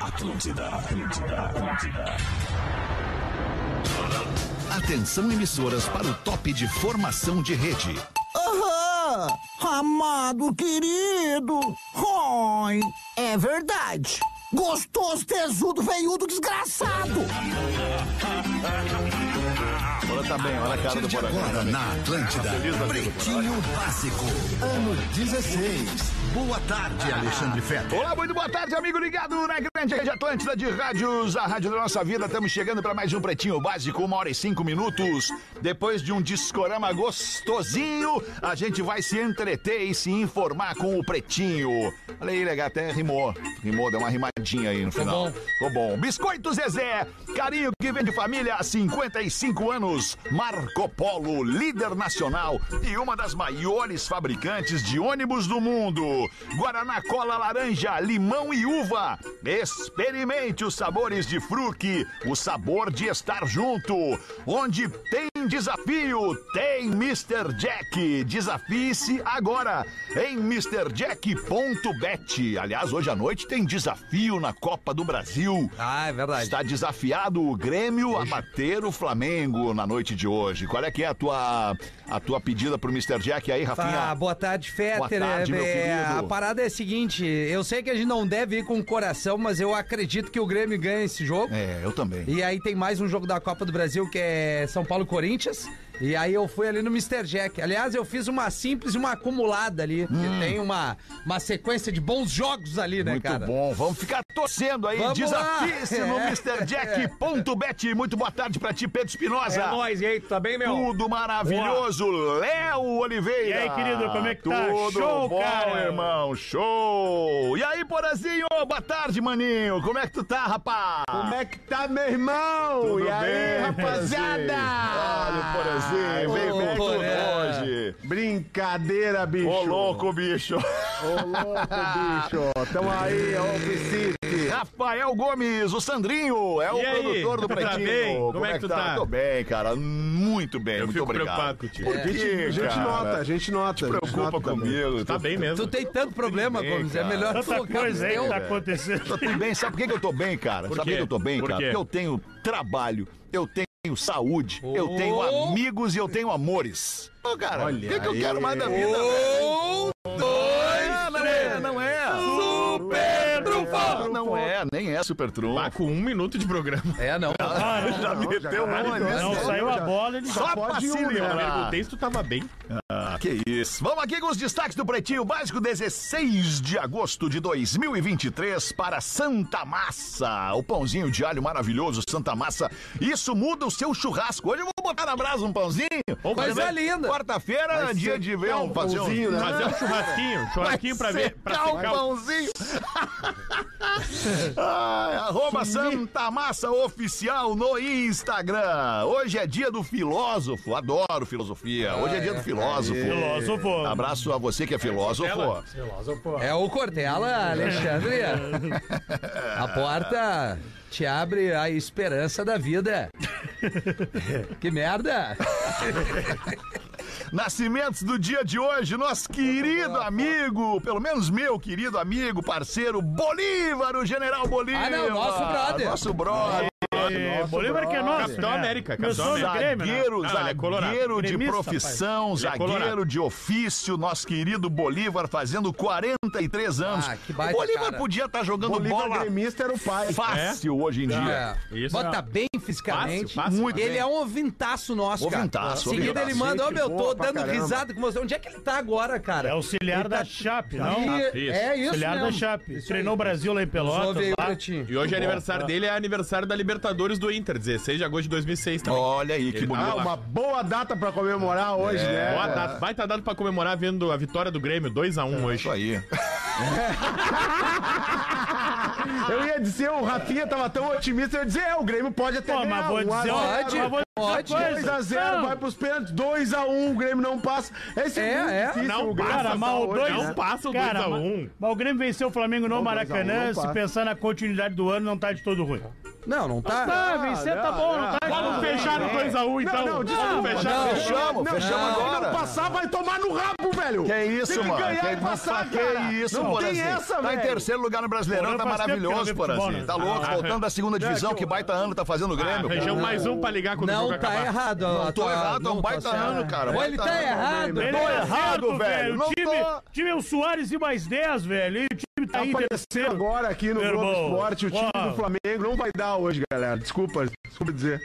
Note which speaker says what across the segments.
Speaker 1: Atlântida, Atlântida, Atlântida. Atenção emissoras para o top de formação de rede.
Speaker 2: Aham! Amado querido! Oi! É verdade! Gostoso, tesudo, veiudo, desgraçado!
Speaker 3: Bora tá bem, olha a cara do
Speaker 1: De
Speaker 3: Bora.
Speaker 1: agora na Atlântida.
Speaker 3: Feliz da vida,
Speaker 1: Pretinho Básico, ano 16. Boa tarde, Alexandre Fetter.
Speaker 3: Olá, muito boa tarde, amigo ligado na grande rede Atlântida de rádios, a rádio da nossa vida. Estamos chegando para mais um Pretinho Básico, uma hora e cinco minutos. Depois de um discorama gostosinho, a gente vai se entreter e se informar com o Pretinho. Olha aí, legal, até rimou. Rimou, deu uma rimadinha aí no final. Ficou bom. Biscoito Zezé, carinho que vem de família há 55 anos. Marco Polo, líder nacional e uma das maiores fabricantes de ônibus do mundo. Guaraná cola laranja, limão e uva. Experimente os sabores de fruque, o sabor de estar junto. Onde tem desafio, tem Mr. Jack. Desafie-se agora em MrJack.bet. Aliás, hoje à noite tem desafio na Copa do Brasil.
Speaker 4: Ah, é verdade.
Speaker 3: Está desafiado o Grêmio a bater o Flamengo na noite de hoje. Qual é que é a tua, a tua pedida pro Mr. Jack aí,
Speaker 4: Fá,
Speaker 3: Rafinha?
Speaker 4: Tá, boa tarde, Fetter.
Speaker 3: Boa tarde, meu
Speaker 4: É,
Speaker 3: querido.
Speaker 4: A parada é a seguinte: eu sei que a gente não deve ir com o coração, mas eu acredito que o Grêmio ganha esse jogo.
Speaker 3: É, eu também.
Speaker 4: E aí tem mais um jogo da Copa do Brasil que é São Paulo e Corinthians. E aí eu fui ali no Mr. Jack. Aliás, eu fiz uma simples e uma acumulada ali. porque Tem uma, uma sequência de bons jogos ali, né,
Speaker 3: Hum. Muito
Speaker 4: cara?
Speaker 3: bom, vamos ficar torcendo aí.
Speaker 4: Vamos
Speaker 3: Desafie-se
Speaker 4: lá.
Speaker 3: no
Speaker 4: É.
Speaker 3: MrJack.bet. Muito boa tarde pra ti, Pedro Espinosa.
Speaker 5: É nóis, e aí, tu tá bem, meu?
Speaker 3: Tudo maravilhoso, Léo Oliveira.
Speaker 5: E aí, querido, como é que tá?
Speaker 3: Tudo
Speaker 5: Show,
Speaker 3: bom,
Speaker 5: cara.
Speaker 3: irmão, show. E aí, Porazinho, boa tarde, maninho. Como é que tu tá, rapaz? Como é que tá, meu irmão? e aí, rapaziada? Olha o Porazinho, veio
Speaker 4: Ô,
Speaker 3: bem tudo
Speaker 4: Porã.
Speaker 3: hoje.
Speaker 6: Brincadeira, bicho.
Speaker 3: Ô, louco, bicho.
Speaker 6: Ô, louco, bicho. Tamo aí, ó, o Vicite.
Speaker 3: Rafael Gomes, o Sandrinho, é o
Speaker 5: E aí?
Speaker 3: produtor do
Speaker 5: Tá
Speaker 3: Pretinho.
Speaker 5: bem? Como é que tu tá?
Speaker 3: Tô bem, cara. Muito bem,
Speaker 5: Eu
Speaker 3: muito
Speaker 5: fico
Speaker 3: obrigado.
Speaker 5: preocupado contigo.
Speaker 3: Por
Speaker 6: A gente,
Speaker 3: quê,
Speaker 6: a gente
Speaker 3: cara?
Speaker 6: nota, a gente nota. a gente
Speaker 3: Preocupa
Speaker 6: nota também.
Speaker 3: comigo.
Speaker 5: Tá bem mesmo.
Speaker 4: Tu tem tanto problema,
Speaker 3: bem,
Speaker 4: Gomes. É
Speaker 3: cara.
Speaker 4: melhor tu
Speaker 7: Tanta
Speaker 4: focar no
Speaker 7: coisa aí
Speaker 4: teu.
Speaker 3: É.
Speaker 7: que tá
Speaker 3: Tô
Speaker 7: acontecendo.
Speaker 3: tudo bem, sabe por que que eu tô bem, cara? sabe
Speaker 5: Por
Speaker 3: por que
Speaker 5: quê?
Speaker 3: eu tô bem,
Speaker 5: Por
Speaker 3: cara?
Speaker 5: quê?
Speaker 3: Porque eu tenho trabalho, eu tenho saúde, eu
Speaker 4: Oh.
Speaker 3: tenho amigos e eu tenho amores. Ô, cara, o que, que eu
Speaker 6: aí.
Speaker 3: quero mais da vida?
Speaker 4: Um, dois,
Speaker 3: Não é, não é.
Speaker 4: super trufão!
Speaker 3: Não é, nem é super
Speaker 5: Tá
Speaker 3: trunfo.
Speaker 5: com um minuto de programa.
Speaker 4: É, não.
Speaker 7: Ah, não,
Speaker 3: Já meteu um ali,
Speaker 7: não,
Speaker 3: né?
Speaker 7: saiu a bola, ele
Speaker 3: Só
Speaker 7: já
Speaker 3: pra
Speaker 6: pode
Speaker 3: se
Speaker 6: um, né?
Speaker 5: Eu
Speaker 3: lembrar.
Speaker 5: perguntei se tu tava bem.
Speaker 3: Que isso. Vamos aqui com os destaques do Pretinho Básico, 16 de agosto de 2023 para Santa Massa. O pãozinho de alho maravilhoso, Santa Massa. Isso muda o seu churrasco. Hoje eu vou botar na brasa um pãozinho.
Speaker 4: Coisa
Speaker 3: Fazer-
Speaker 4: linda.
Speaker 3: Quarta-feira, dia de ver um, fazer um...
Speaker 6: pãozinho, né?
Speaker 5: Fazer um churrasquinho, churrasquinho pra ver, pra
Speaker 3: secar o
Speaker 5: secar o...
Speaker 3: pãozinho. Ai, arroba Santa Massa Oficial no Instagram. Hoje é dia do filósofo. Adoro filosofia. Hoje é dia do filósofo.
Speaker 7: filósofo.
Speaker 3: Abraço a você que é filósofo.
Speaker 4: É o Cortella, Alexandre. A porta te abre a esperança da vida. Que merda!
Speaker 3: Nascimentos do dia de hoje, nosso querido amigo, pelo menos meu querido amigo, parceiro Bolívar, o General Bolívar.
Speaker 4: Ah, não, nosso brother.
Speaker 3: Nosso brother.
Speaker 7: É, Bolívar que é nosso.
Speaker 5: Capitão
Speaker 7: né?
Speaker 5: América,
Speaker 7: Meu
Speaker 5: Capitão
Speaker 7: sonho é
Speaker 5: América.
Speaker 7: Grêmio, né?
Speaker 3: Zagueiro,
Speaker 5: Não, ele é colorado.
Speaker 3: zagueiro de
Speaker 7: Gremista,
Speaker 3: profissão,
Speaker 5: Ele é
Speaker 3: zagueiro
Speaker 5: colorado.
Speaker 3: de ofício, nosso querido Bolívar fazendo 43 anos.
Speaker 4: Ah, que baita,
Speaker 3: Bolívar
Speaker 4: cara.
Speaker 3: podia estar jogando
Speaker 6: Bolívar
Speaker 3: bola
Speaker 6: gremista era o pai.
Speaker 3: fácil hoje em dia.
Speaker 4: É.
Speaker 5: Isso.
Speaker 4: Bota bem fisicamente.
Speaker 5: Fácil, fácil.
Speaker 3: Muito
Speaker 4: ele
Speaker 3: bem.
Speaker 4: é um ovintaço nosso, cara.
Speaker 3: Ovintaço,
Speaker 4: Em seguida
Speaker 3: ovintaço.
Speaker 4: ele manda, ó, meu,
Speaker 6: Gente
Speaker 4: tô
Speaker 6: boa pra
Speaker 4: dando
Speaker 6: caramba.
Speaker 4: risada com você. Onde é que ele tá agora, cara?
Speaker 7: É auxiliar da Chape, não?
Speaker 4: E-
Speaker 5: isso.
Speaker 4: É isso
Speaker 7: Auxiliar da
Speaker 4: mesmo.
Speaker 7: Chape.
Speaker 4: Isso
Speaker 7: Treinou o
Speaker 4: aí.
Speaker 7: Brasil lá em
Speaker 4: Resolve
Speaker 7: Pelotas.
Speaker 4: aí,
Speaker 7: lá.
Speaker 4: Pretinho.
Speaker 5: E hoje é aniversário dele, é aniversário da Libertadores do Inter, 16 de agosto de 2006 também.
Speaker 3: Olha aí, que
Speaker 5: Ele
Speaker 3: bonito.
Speaker 5: tava
Speaker 6: Ah, uma boa data pra comemorar hoje,
Speaker 3: É.
Speaker 6: né?
Speaker 5: Boa data. Vai estar dado pra comemorar vendo a vitória do Grêmio, 2x1 hoje.
Speaker 3: Isso aí.
Speaker 6: Eu ia dizer, o Rafinha tava tão otimista, eu ia dizer, é, o Grêmio pode até
Speaker 7: Pô, mas
Speaker 6: ganhar.
Speaker 7: vou
Speaker 6: um a
Speaker 7: dizer,
Speaker 6: zero,
Speaker 7: mas
Speaker 4: Pode,
Speaker 7: vou
Speaker 4: pode.
Speaker 7: dizer uma coisa.
Speaker 6: 2 a 0
Speaker 7: Não.
Speaker 6: vai pros pênaltis, 2 a 1 o Grêmio não passa. Esse é,
Speaker 4: É,
Speaker 6: muito
Speaker 4: é.
Speaker 6: difícil,
Speaker 5: Não
Speaker 6: o Grêmio
Speaker 5: passa,
Speaker 6: passar
Speaker 7: mal
Speaker 6: hoje,
Speaker 7: dois, um.
Speaker 6: né?
Speaker 5: Não passa o
Speaker 7: Cara,
Speaker 5: 2x1.
Speaker 7: mas, mas o Grêmio venceu o Flamengo no
Speaker 6: Não, dois a um,
Speaker 7: Maracanã. se
Speaker 6: não passa.
Speaker 7: pensar na continuidade do ano, não tá de todo ruim.
Speaker 4: Não, não tá.
Speaker 8: Tá, vencer tá bom, não tá?
Speaker 5: Vamos fechar no 2x1, então.
Speaker 6: não,
Speaker 8: um.
Speaker 5: Vamos
Speaker 6: desculpa,
Speaker 5: fechar.
Speaker 4: não.
Speaker 3: Fechamos, fechamos
Speaker 6: Se
Speaker 3: agora.
Speaker 6: não passar, vai tomar no rabo, velho.
Speaker 3: Que é isso,
Speaker 6: Tem que
Speaker 3: mano.
Speaker 6: ganhar
Speaker 3: que
Speaker 6: e passar,
Speaker 3: que é
Speaker 6: cara.
Speaker 3: isso,
Speaker 6: não tem
Speaker 3: Porazinho.
Speaker 6: essa,
Speaker 3: Tá em
Speaker 6: velho.
Speaker 3: terceiro lugar no Brasileirão,
Speaker 8: Porã
Speaker 3: tá
Speaker 8: faz tempo que não
Speaker 3: maravilhoso,
Speaker 8: vê futebol,
Speaker 3: Porazinho.
Speaker 8: né?
Speaker 3: Tá louco, voltando da segunda divisão, que baita ano tá fazendo o Grêmio. cara.
Speaker 5: Fechamos mais um pra ligar quando o
Speaker 4: Não
Speaker 5: jogo
Speaker 4: tá
Speaker 5: acabar.
Speaker 4: errado. a
Speaker 3: Não tô
Speaker 4: tua-
Speaker 3: errado, é um
Speaker 4: não tá
Speaker 3: baita
Speaker 4: certo.
Speaker 3: ano, cara.
Speaker 4: Ou ele
Speaker 3: Baita
Speaker 4: tá
Speaker 3: ano,
Speaker 4: errado.
Speaker 8: Ele
Speaker 3: Tô
Speaker 8: é
Speaker 3: errado, velho.
Speaker 8: O
Speaker 3: Não
Speaker 8: time,
Speaker 3: tô.
Speaker 8: time é o Soares e mais 10, velho. E o time tá aí em terceiro.
Speaker 6: Agora aqui no
Speaker 8: Meu
Speaker 6: Globo
Speaker 8: irmão.
Speaker 6: Esporte, o time
Speaker 8: Uau.
Speaker 6: do Flamengo não vai dar hoje, galera. Desculpa, desculpa dizer.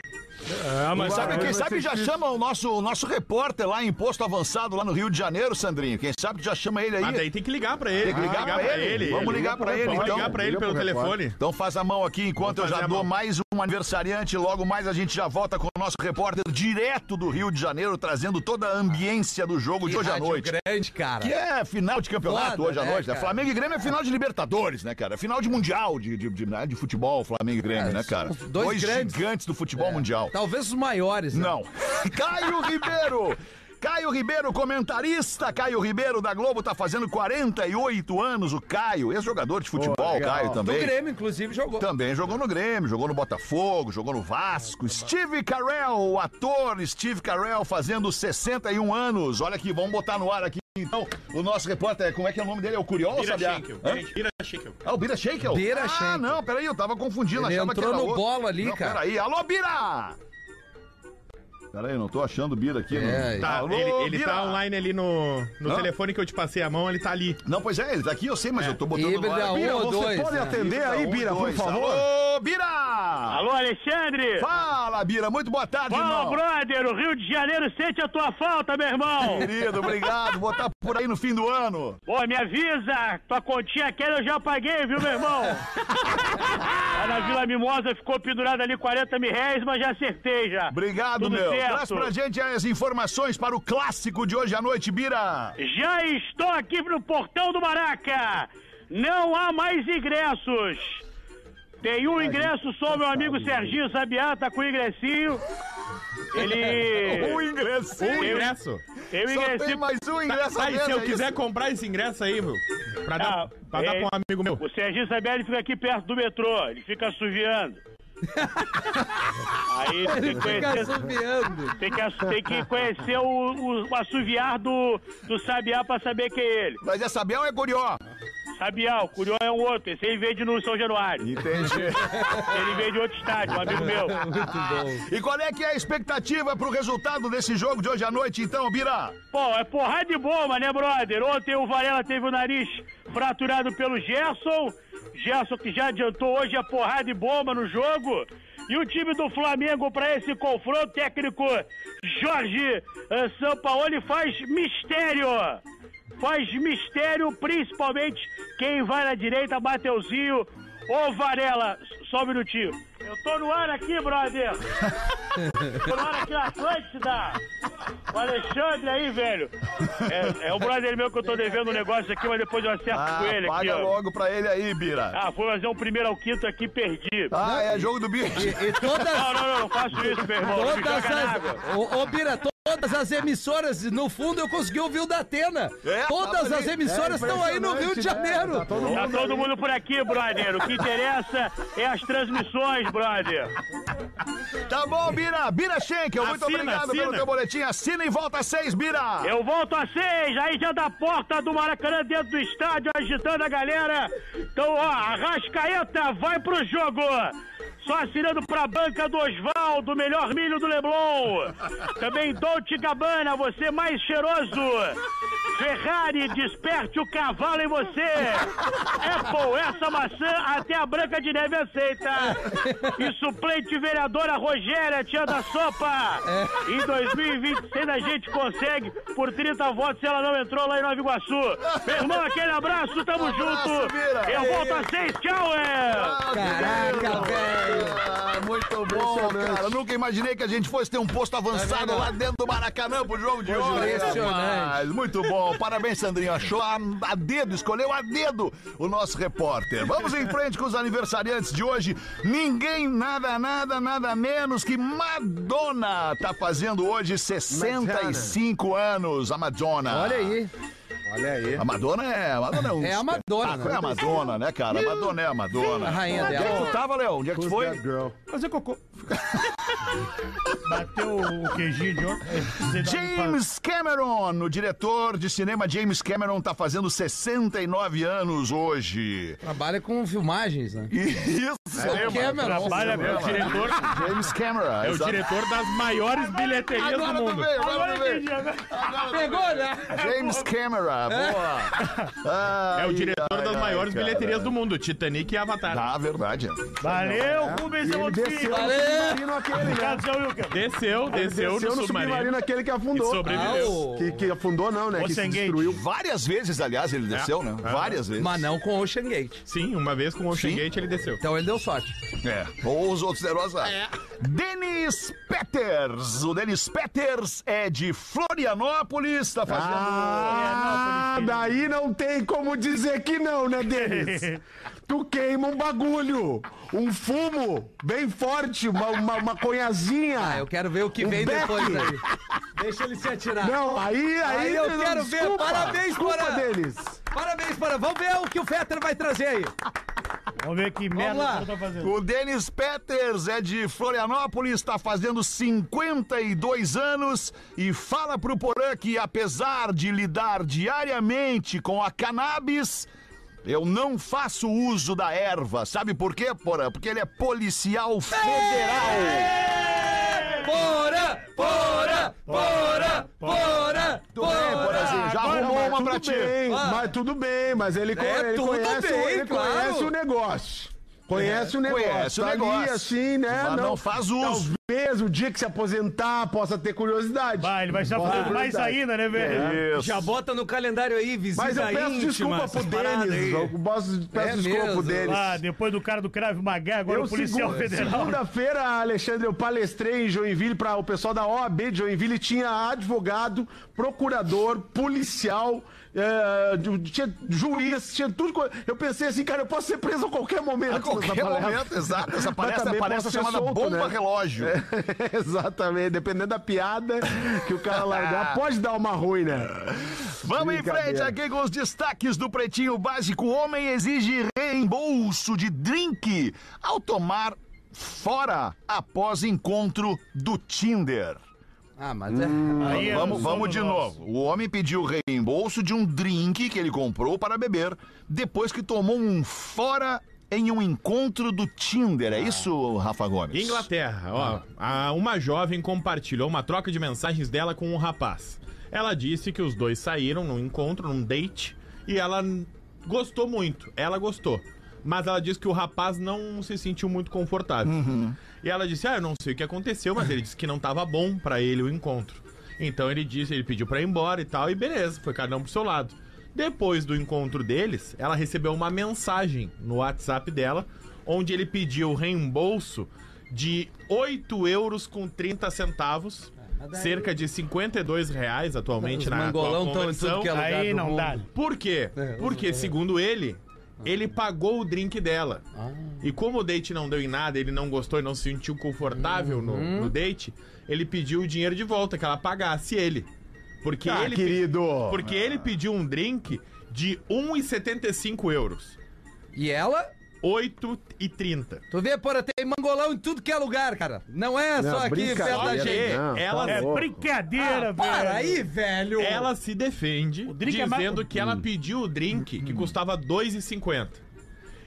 Speaker 8: Ah, mas
Speaker 3: Sabe, quem
Speaker 6: vai
Speaker 3: sabe
Speaker 6: ser
Speaker 3: já
Speaker 6: difícil.
Speaker 3: chama o nosso, o nosso repórter lá em posto avançado, lá no Rio de Janeiro, Sandrinho. Quem sabe já chama ele aí.
Speaker 5: Ah, daí tem que ligar pra ele.
Speaker 3: Tem que ligar pra ele. Vamos ligar pra ele,
Speaker 5: Vamos
Speaker 3: então.
Speaker 5: ligar pra ele
Speaker 6: Liga
Speaker 5: pelo
Speaker 6: pro repórter.
Speaker 5: telefone.
Speaker 3: Então faz a mão aqui enquanto
Speaker 5: Vou
Speaker 3: eu já
Speaker 5: fazer a
Speaker 3: dou
Speaker 5: mão.
Speaker 3: mais um aniversariante. Logo mais a gente já volta com o nosso repórter direto do Rio de Janeiro, trazendo toda a ambiência do jogo de hoje à
Speaker 4: Rádio
Speaker 3: noite.
Speaker 4: grande, cara.
Speaker 3: Que é final de campeonato
Speaker 4: Foda,
Speaker 3: hoje à
Speaker 4: né,
Speaker 3: noite, né?
Speaker 4: cara?
Speaker 3: Flamengo e Grêmio é final de Libertadores, né, cara? É Final de Mundial de, de, de, né, de futebol, Flamengo e Grêmio, né, cara?
Speaker 4: são É, dois grandes. É. Tá.
Speaker 3: gigantes do futebol mundial.
Speaker 4: Talvez os maiores. né?
Speaker 3: Não. Caio Ribeiro! Caio Ribeiro, comentarista, Caio Ribeiro da Globo, tá fazendo 48 anos, o Caio, ex-jogador de futebol,
Speaker 6: legal.
Speaker 3: Caio
Speaker 4: Do
Speaker 3: também.
Speaker 4: Grêmio, inclusive, jogou.
Speaker 3: Também jogou no Grêmio, jogou no Botafogo, jogou no Vasco. Steve Carell, o ator Steve Carell, fazendo 61 anos. Olha aqui, vamos botar no ar aqui. Então, o nosso repórter, como é que é o nome dele? É o Curioso,
Speaker 5: Bira
Speaker 3: Sabiá?
Speaker 5: Schenkel.
Speaker 3: Hã?
Speaker 5: Bira Schenkel.
Speaker 3: Ah, o Bira Shakel?
Speaker 4: Bira
Speaker 3: ah,
Speaker 4: Schenkel.
Speaker 3: não, peraí, eu tava confundindo.
Speaker 4: Ele
Speaker 3: achava
Speaker 4: entrou
Speaker 3: que era
Speaker 4: no
Speaker 3: outro.
Speaker 4: bolo ali,
Speaker 3: não,
Speaker 4: cara.
Speaker 3: Peraí, alô, Bira! Peraí, eu não tô achando o Bira aqui.
Speaker 4: É,
Speaker 3: não.
Speaker 5: Tá,
Speaker 3: Alô,
Speaker 5: ele, ele
Speaker 3: Bira!
Speaker 5: tá online ali no, no
Speaker 3: Hã?
Speaker 5: telefone que eu te passei a mão, ele tá ali.
Speaker 3: Não, pois é, ele tá aqui, eu sei, mas eu tô botando no
Speaker 4: Bira,
Speaker 3: ar.
Speaker 4: um
Speaker 6: Bira,
Speaker 4: ou
Speaker 6: você
Speaker 4: dois.
Speaker 6: pode
Speaker 4: né?
Speaker 6: atender aí, Bira, por
Speaker 3: Dois.
Speaker 6: favor?
Speaker 3: Alô, Bira! Alô,
Speaker 8: Alô, Alexandre!
Speaker 3: Fala, Bira, muito boa tarde,
Speaker 8: Fala,
Speaker 3: irmão.
Speaker 8: brother! O Rio de Janeiro sente a tua falta, meu irmão!
Speaker 3: Querido, obrigado. Vou estar por aí no fim do ano.
Speaker 8: Pô, me avisa! Tua continha é aquela eu já paguei, viu, meu irmão? Lá na Vila Mimosa ficou pendurada ali 40 mil réis, mas já acertei já.
Speaker 3: Obrigado,
Speaker 8: Tudo
Speaker 3: meu.
Speaker 8: certo.
Speaker 3: Traz pra gente as informações para o clássico de hoje à noite, Bira.
Speaker 8: Já estou aqui no portão do Maraca! Não há mais ingressos! Tem um ingresso
Speaker 3: tá
Speaker 8: só, meu amigo
Speaker 3: né?
Speaker 8: Serginho Sabiá, tá com o ingressinho. Ele.
Speaker 3: Um ingresso.
Speaker 5: O ingresso.
Speaker 8: Eu
Speaker 3: Só tem
Speaker 8: ingressei.
Speaker 3: mais um ingresso
Speaker 5: Tá, e se
Speaker 3: apenas,
Speaker 5: eu
Speaker 3: é
Speaker 5: quiser
Speaker 3: isso?
Speaker 5: comprar esse ingresso aí, viu? Pra dar,
Speaker 8: Ah,
Speaker 5: pra, dar
Speaker 8: é-
Speaker 5: pra um amigo meu.
Speaker 8: O Serginho Sabiá, ele fica aqui perto do metrô, ele fica assoviando. Aí tem que
Speaker 4: Fica
Speaker 8: conhecer,
Speaker 4: assobiando.
Speaker 8: tem que, ass- tem que conhecer o, o, o assoviar do, do Sabiá pra saber quem é ele.
Speaker 3: Mas é Sabiel é Gorió.
Speaker 8: Sabiá, o Curió é um outro, esse aí vende no São Januário.
Speaker 3: Entendi.
Speaker 8: Ele veio de outro estádio, um amigo meu.
Speaker 4: Muito
Speaker 3: e qual é que é a expectativa pro resultado desse jogo de hoje à noite, então, Bira?
Speaker 8: Bom, é porrada de bomba, né, brother? Ontem o Varela teve o nariz fraturado pelo Gerson. Gerson que já adiantou hoje a porrada de bomba no jogo. E o time do Flamengo para esse confronto técnico Jorge eh, Sampaoli faz mistério. Faz mistério, principalmente quem vai na direita, Mateuzinho ou Varela. Só um minutinho. Eu tô no ar aqui, brother. Bora aqui na Atlântida! O Alexandre aí, velho! É, é o brother meu que eu tô devendo um negócio aqui, mas depois eu acerto com ele aqui,
Speaker 3: Ah, paga
Speaker 8: ó.
Speaker 3: logo pra ele aí, Bira.
Speaker 8: Ah, fui fazer um primeiro ao quinto aqui e perdi.
Speaker 3: Ah, é jogo do bicho.
Speaker 4: bom. E todas,
Speaker 8: Não, não, não, não faço isso, meu irmão. Não me
Speaker 4: todas
Speaker 8: joga na água.
Speaker 4: as. Ô, ô, Bira, todas as emissoras, no fundo eu consegui ouvir o da Atena.
Speaker 3: É,
Speaker 4: todas
Speaker 3: tava
Speaker 4: as
Speaker 3: ali.
Speaker 4: emissoras estão aí no Rio de Janeiro.
Speaker 8: Tá todo mundo por aqui, brother. O que interessa é as transmissões, brother.
Speaker 3: Tá bom, Bira. Bira Schenkel, muito
Speaker 5: Assina,
Speaker 3: obrigado pelo
Speaker 5: assina.
Speaker 3: teu boletim. Assina e volta às seis, Bira.
Speaker 8: Eu volto às seis, aí já da porta do Maracanã dentro do estádio, agitando a galera. Então, ó, Arrascaeta vai pro jogo. Só assinando pra banca do Osvaldo, melhor milho do Leblon. Também Dolce Gabbana, você mais cheiroso. Ferrari, desperte o cavalo em você. Apple, essa maçã até a Branca de Neve aceita. E suplente vereadora Rogéria, tia da sopa. Em 2026 a gente consegue por 30 votos se ela não entrou lá em Nova Iguaçu. Meu irmão, aquele abraço, tamo junto.
Speaker 3: Vira.
Speaker 8: Eu volto às seis, tchau, é.
Speaker 4: Caraca, velho.
Speaker 3: Ah, muito bom, cara. Eu Nunca imaginei que a gente fosse ter um posto avançado lá dentro do Maracanã pro jogo de hoje.
Speaker 4: É Impressionante.
Speaker 3: Mas muito bom. Parabéns, Sandrinho. Achou a, a dedo, escolheu a dedo o nosso repórter. Vamos em frente com os aniversariantes de hoje. Ninguém, nada, nada, nada menos que Madonna tá fazendo hoje 65 anos. A Madonna.
Speaker 4: Olha aí.
Speaker 6: Olha aí.
Speaker 3: A Madonna é. A Madonna é, um
Speaker 4: É a Madonna,
Speaker 3: espetáculo, É a Madonna, né, cara? A Madonna é a Madonna.
Speaker 4: A rainha
Speaker 3: Onde é que
Speaker 4: dela.
Speaker 3: tu tava, Léo? Onde é que tu foi?
Speaker 6: Girl.
Speaker 5: Fazer cocô.
Speaker 8: Bateu o queijinho de ontem.
Speaker 3: James Cameron, o diretor de cinema James Cameron tá fazendo 69 anos hoje.
Speaker 4: Trabalha com filmagens,
Speaker 3: É
Speaker 4: né?
Speaker 3: Isso,
Speaker 4: Cameron.
Speaker 8: Trabalha meu diretor.
Speaker 3: James Cameron.
Speaker 5: É o
Speaker 3: exato.
Speaker 5: diretor das maiores bilheterias
Speaker 3: Agora
Speaker 5: do
Speaker 3: eu
Speaker 5: mundo.
Speaker 3: também, agora
Speaker 8: Agora
Speaker 3: eu É, também.
Speaker 8: entendi, agora.
Speaker 4: Pegou, né?
Speaker 3: James Cameron, boa.
Speaker 5: É o diretor
Speaker 3: Ai,
Speaker 5: das
Speaker 3: ai,
Speaker 5: maiores
Speaker 3: cara.
Speaker 5: bilheterias do mundo, Titanic e Avatar.
Speaker 3: Na verdade.
Speaker 8: Valeu, Rubens
Speaker 6: Ele
Speaker 8: Emotinho.
Speaker 6: desceu no
Speaker 4: Valeu.
Speaker 6: submarino aquele, né?
Speaker 8: Obrigado, seu Wilker.
Speaker 5: Desceu, desceu,
Speaker 6: Desceu
Speaker 5: no, submarino.
Speaker 6: aquele que afundou. Ah,
Speaker 5: E sobreviveu.
Speaker 4: o-
Speaker 6: Que, que afundou não, né?
Speaker 8: O
Speaker 6: Que se
Speaker 8: Sengate.
Speaker 6: destruiu.
Speaker 3: Várias vezes, aliás, ele desceu, né? Várias vezes.
Speaker 4: Mas não com Ocean Gate.
Speaker 5: Sim, uma vez com o Ocean Gate ele desceu.
Speaker 4: Então ele deu sorte.
Speaker 3: É. Ou os outros deram azar. Denis Peters. O Denis Peters é de Florianópolis, tá fazendo.
Speaker 6: Ah, daí não tem como dizer que não, né, Denis? tu queima um bagulho, um fumo bem forte, uma, uma maconhazinha.
Speaker 4: Ah, eu quero ver o que
Speaker 6: O
Speaker 4: vem
Speaker 6: Beck.
Speaker 4: depois aí. Deixa ele se atirar.
Speaker 6: Não, aí, aí...
Speaker 4: Aí eu
Speaker 6: não,
Speaker 4: quero ver. Parabéns,
Speaker 6: desculpa,
Speaker 4: Porã.
Speaker 6: Denis.
Speaker 4: Parabéns, para. Vamos ver o que o Fetter vai trazer aí.
Speaker 8: Vamos ver que
Speaker 4: lá.
Speaker 8: merda eu tô fazendo.
Speaker 3: O Denis Peters é de Florianópolis, está fazendo 52 anos e fala pro Porã que apesar de lidar diariamente com a cannabis, eu não faço uso da erva. Sabe por quê, Porã? Porque ele é policial
Speaker 6: É,
Speaker 3: federal.
Speaker 4: Porã, porã, porã, porã,
Speaker 3: Bem,
Speaker 4: porã.
Speaker 3: Porãzinho, já
Speaker 8: agora
Speaker 3: arrumou
Speaker 6: Mas
Speaker 3: uma
Speaker 6: tudo
Speaker 3: pra ti.
Speaker 6: bem, Mas tudo bem, mas ele, co-
Speaker 4: É,
Speaker 6: ele
Speaker 4: tudo
Speaker 6: conhece,
Speaker 4: bem,
Speaker 6: ele
Speaker 4: claro.
Speaker 6: conhece o negócio. Conhece o negócio.
Speaker 3: conhece o
Speaker 6: tá ali,
Speaker 3: negócio.
Speaker 6: assim, né?
Speaker 3: Mas não faz uso.
Speaker 6: Talvez o dia que se aposentar possa ter curiosidade.
Speaker 8: Vai, ele vai já
Speaker 6: Bota
Speaker 8: fazer mais
Speaker 6: curiosidade.
Speaker 8: ainda, né, velho?
Speaker 3: Isso.
Speaker 9: Já bota no calendário aí, visita
Speaker 6: Mas eu peço
Speaker 9: íntima,
Speaker 6: desculpa pro
Speaker 9: essas paradas
Speaker 6: Denis.
Speaker 9: aí.
Speaker 6: Eu posso- peço
Speaker 4: É
Speaker 6: desculpa pro
Speaker 4: mesmo.
Speaker 6: Denis.
Speaker 8: Ah, depois do cara do Crave Magá, agora
Speaker 6: Eu,
Speaker 8: o policial
Speaker 6: segu-
Speaker 8: federal.
Speaker 6: segunda-feira, Alexandre, eu palestrei em Joinville para o pessoal da OAB de Joinville. Tinha advogado, procurador, policial, eh, de- de- tinha juiz, tinha tudo. co- Eu pensei assim, cara, eu posso ser preso a qualquer momento.
Speaker 3: A qualquer
Speaker 6: nessa palestra.
Speaker 3: momento, exato. Essa
Speaker 6: Mas
Speaker 3: palestra é
Speaker 6: também
Speaker 3: palestra
Speaker 6: posso ser
Speaker 3: chamada
Speaker 6: solto,
Speaker 3: Bomba
Speaker 6: né?
Speaker 3: Relógio.
Speaker 6: Exatamente, dependendo da piada que o cara largar, pode dar uma ruim, né?
Speaker 3: Vamos em frente
Speaker 6: Brincadeira.
Speaker 3: aqui com os destaques do Pretinho Básico. Homem exige reembolso de drink ao tomar fora após encontro do Tinder.
Speaker 4: Ah, mas é.
Speaker 8: Aí é
Speaker 3: vamos
Speaker 8: no
Speaker 3: vamos
Speaker 8: sono
Speaker 3: de
Speaker 8: nosso.
Speaker 3: novo. O homem pediu reembolso de um drink que ele comprou para beber depois que tomou um fora em um encontro do Tinder. É isso, Rafa Gomes?
Speaker 5: Inglaterra, ó, a- uma jovem compartilhou uma troca de mensagens dela com um rapaz. Ela disse que os dois saíram num encontro, num date, e ela n- gostou muito. Ela gostou. Mas ela disse que o rapaz não se sentiu muito confortável. E ela disse: "Ah, eu não sei o que aconteceu, mas ele disse que não tava bom pra ele o encontro". Então ele disse, ele pediu pra ir embora e tal, e beleza, foi cada um pro seu lado. Depois do encontro deles, ela recebeu uma mensagem no WhatsApp dela, onde ele pediu reembolso de 8 euros com 30 centavos, cerca de 52 reais atualmente
Speaker 4: Os
Speaker 5: na atual
Speaker 4: mangolão estão em tudo
Speaker 5: conversão.
Speaker 4: que é lugar
Speaker 8: Aí
Speaker 4: do
Speaker 8: não
Speaker 4: mundo.
Speaker 8: dá.
Speaker 5: Por
Speaker 6: É,
Speaker 5: quê? Porque, segundo ele, ele pagou o drink dela.
Speaker 6: Ah.
Speaker 5: E como o date não deu em nada, ele não gostou e não se sentiu confortável no-
Speaker 6: Uhum.
Speaker 5: no, date, ele pediu o dinheiro de volta, que ela pagasse ele. Porque
Speaker 6: Ah,
Speaker 5: ele.
Speaker 6: querido. Ah.
Speaker 5: Porque ele pediu um drink de 1,75 euros.
Speaker 4: E ela?
Speaker 5: 8,30.
Speaker 4: Tu vê, porra, tem mangolão em tudo que é lugar, cara. Não é
Speaker 6: Não,
Speaker 4: só aqui,
Speaker 6: brincadeira.
Speaker 4: pela
Speaker 5: Só
Speaker 4: gente.
Speaker 5: que
Speaker 6: não,
Speaker 5: ela,
Speaker 6: tá
Speaker 8: É
Speaker 6: louco.
Speaker 8: brincadeira, velho.
Speaker 4: Ah, Para aí, velho.
Speaker 5: ela se defende
Speaker 8: Hum. drink é mais-
Speaker 5: dizendo que
Speaker 6: Hum.
Speaker 5: ela pediu o drink que custava 2,50.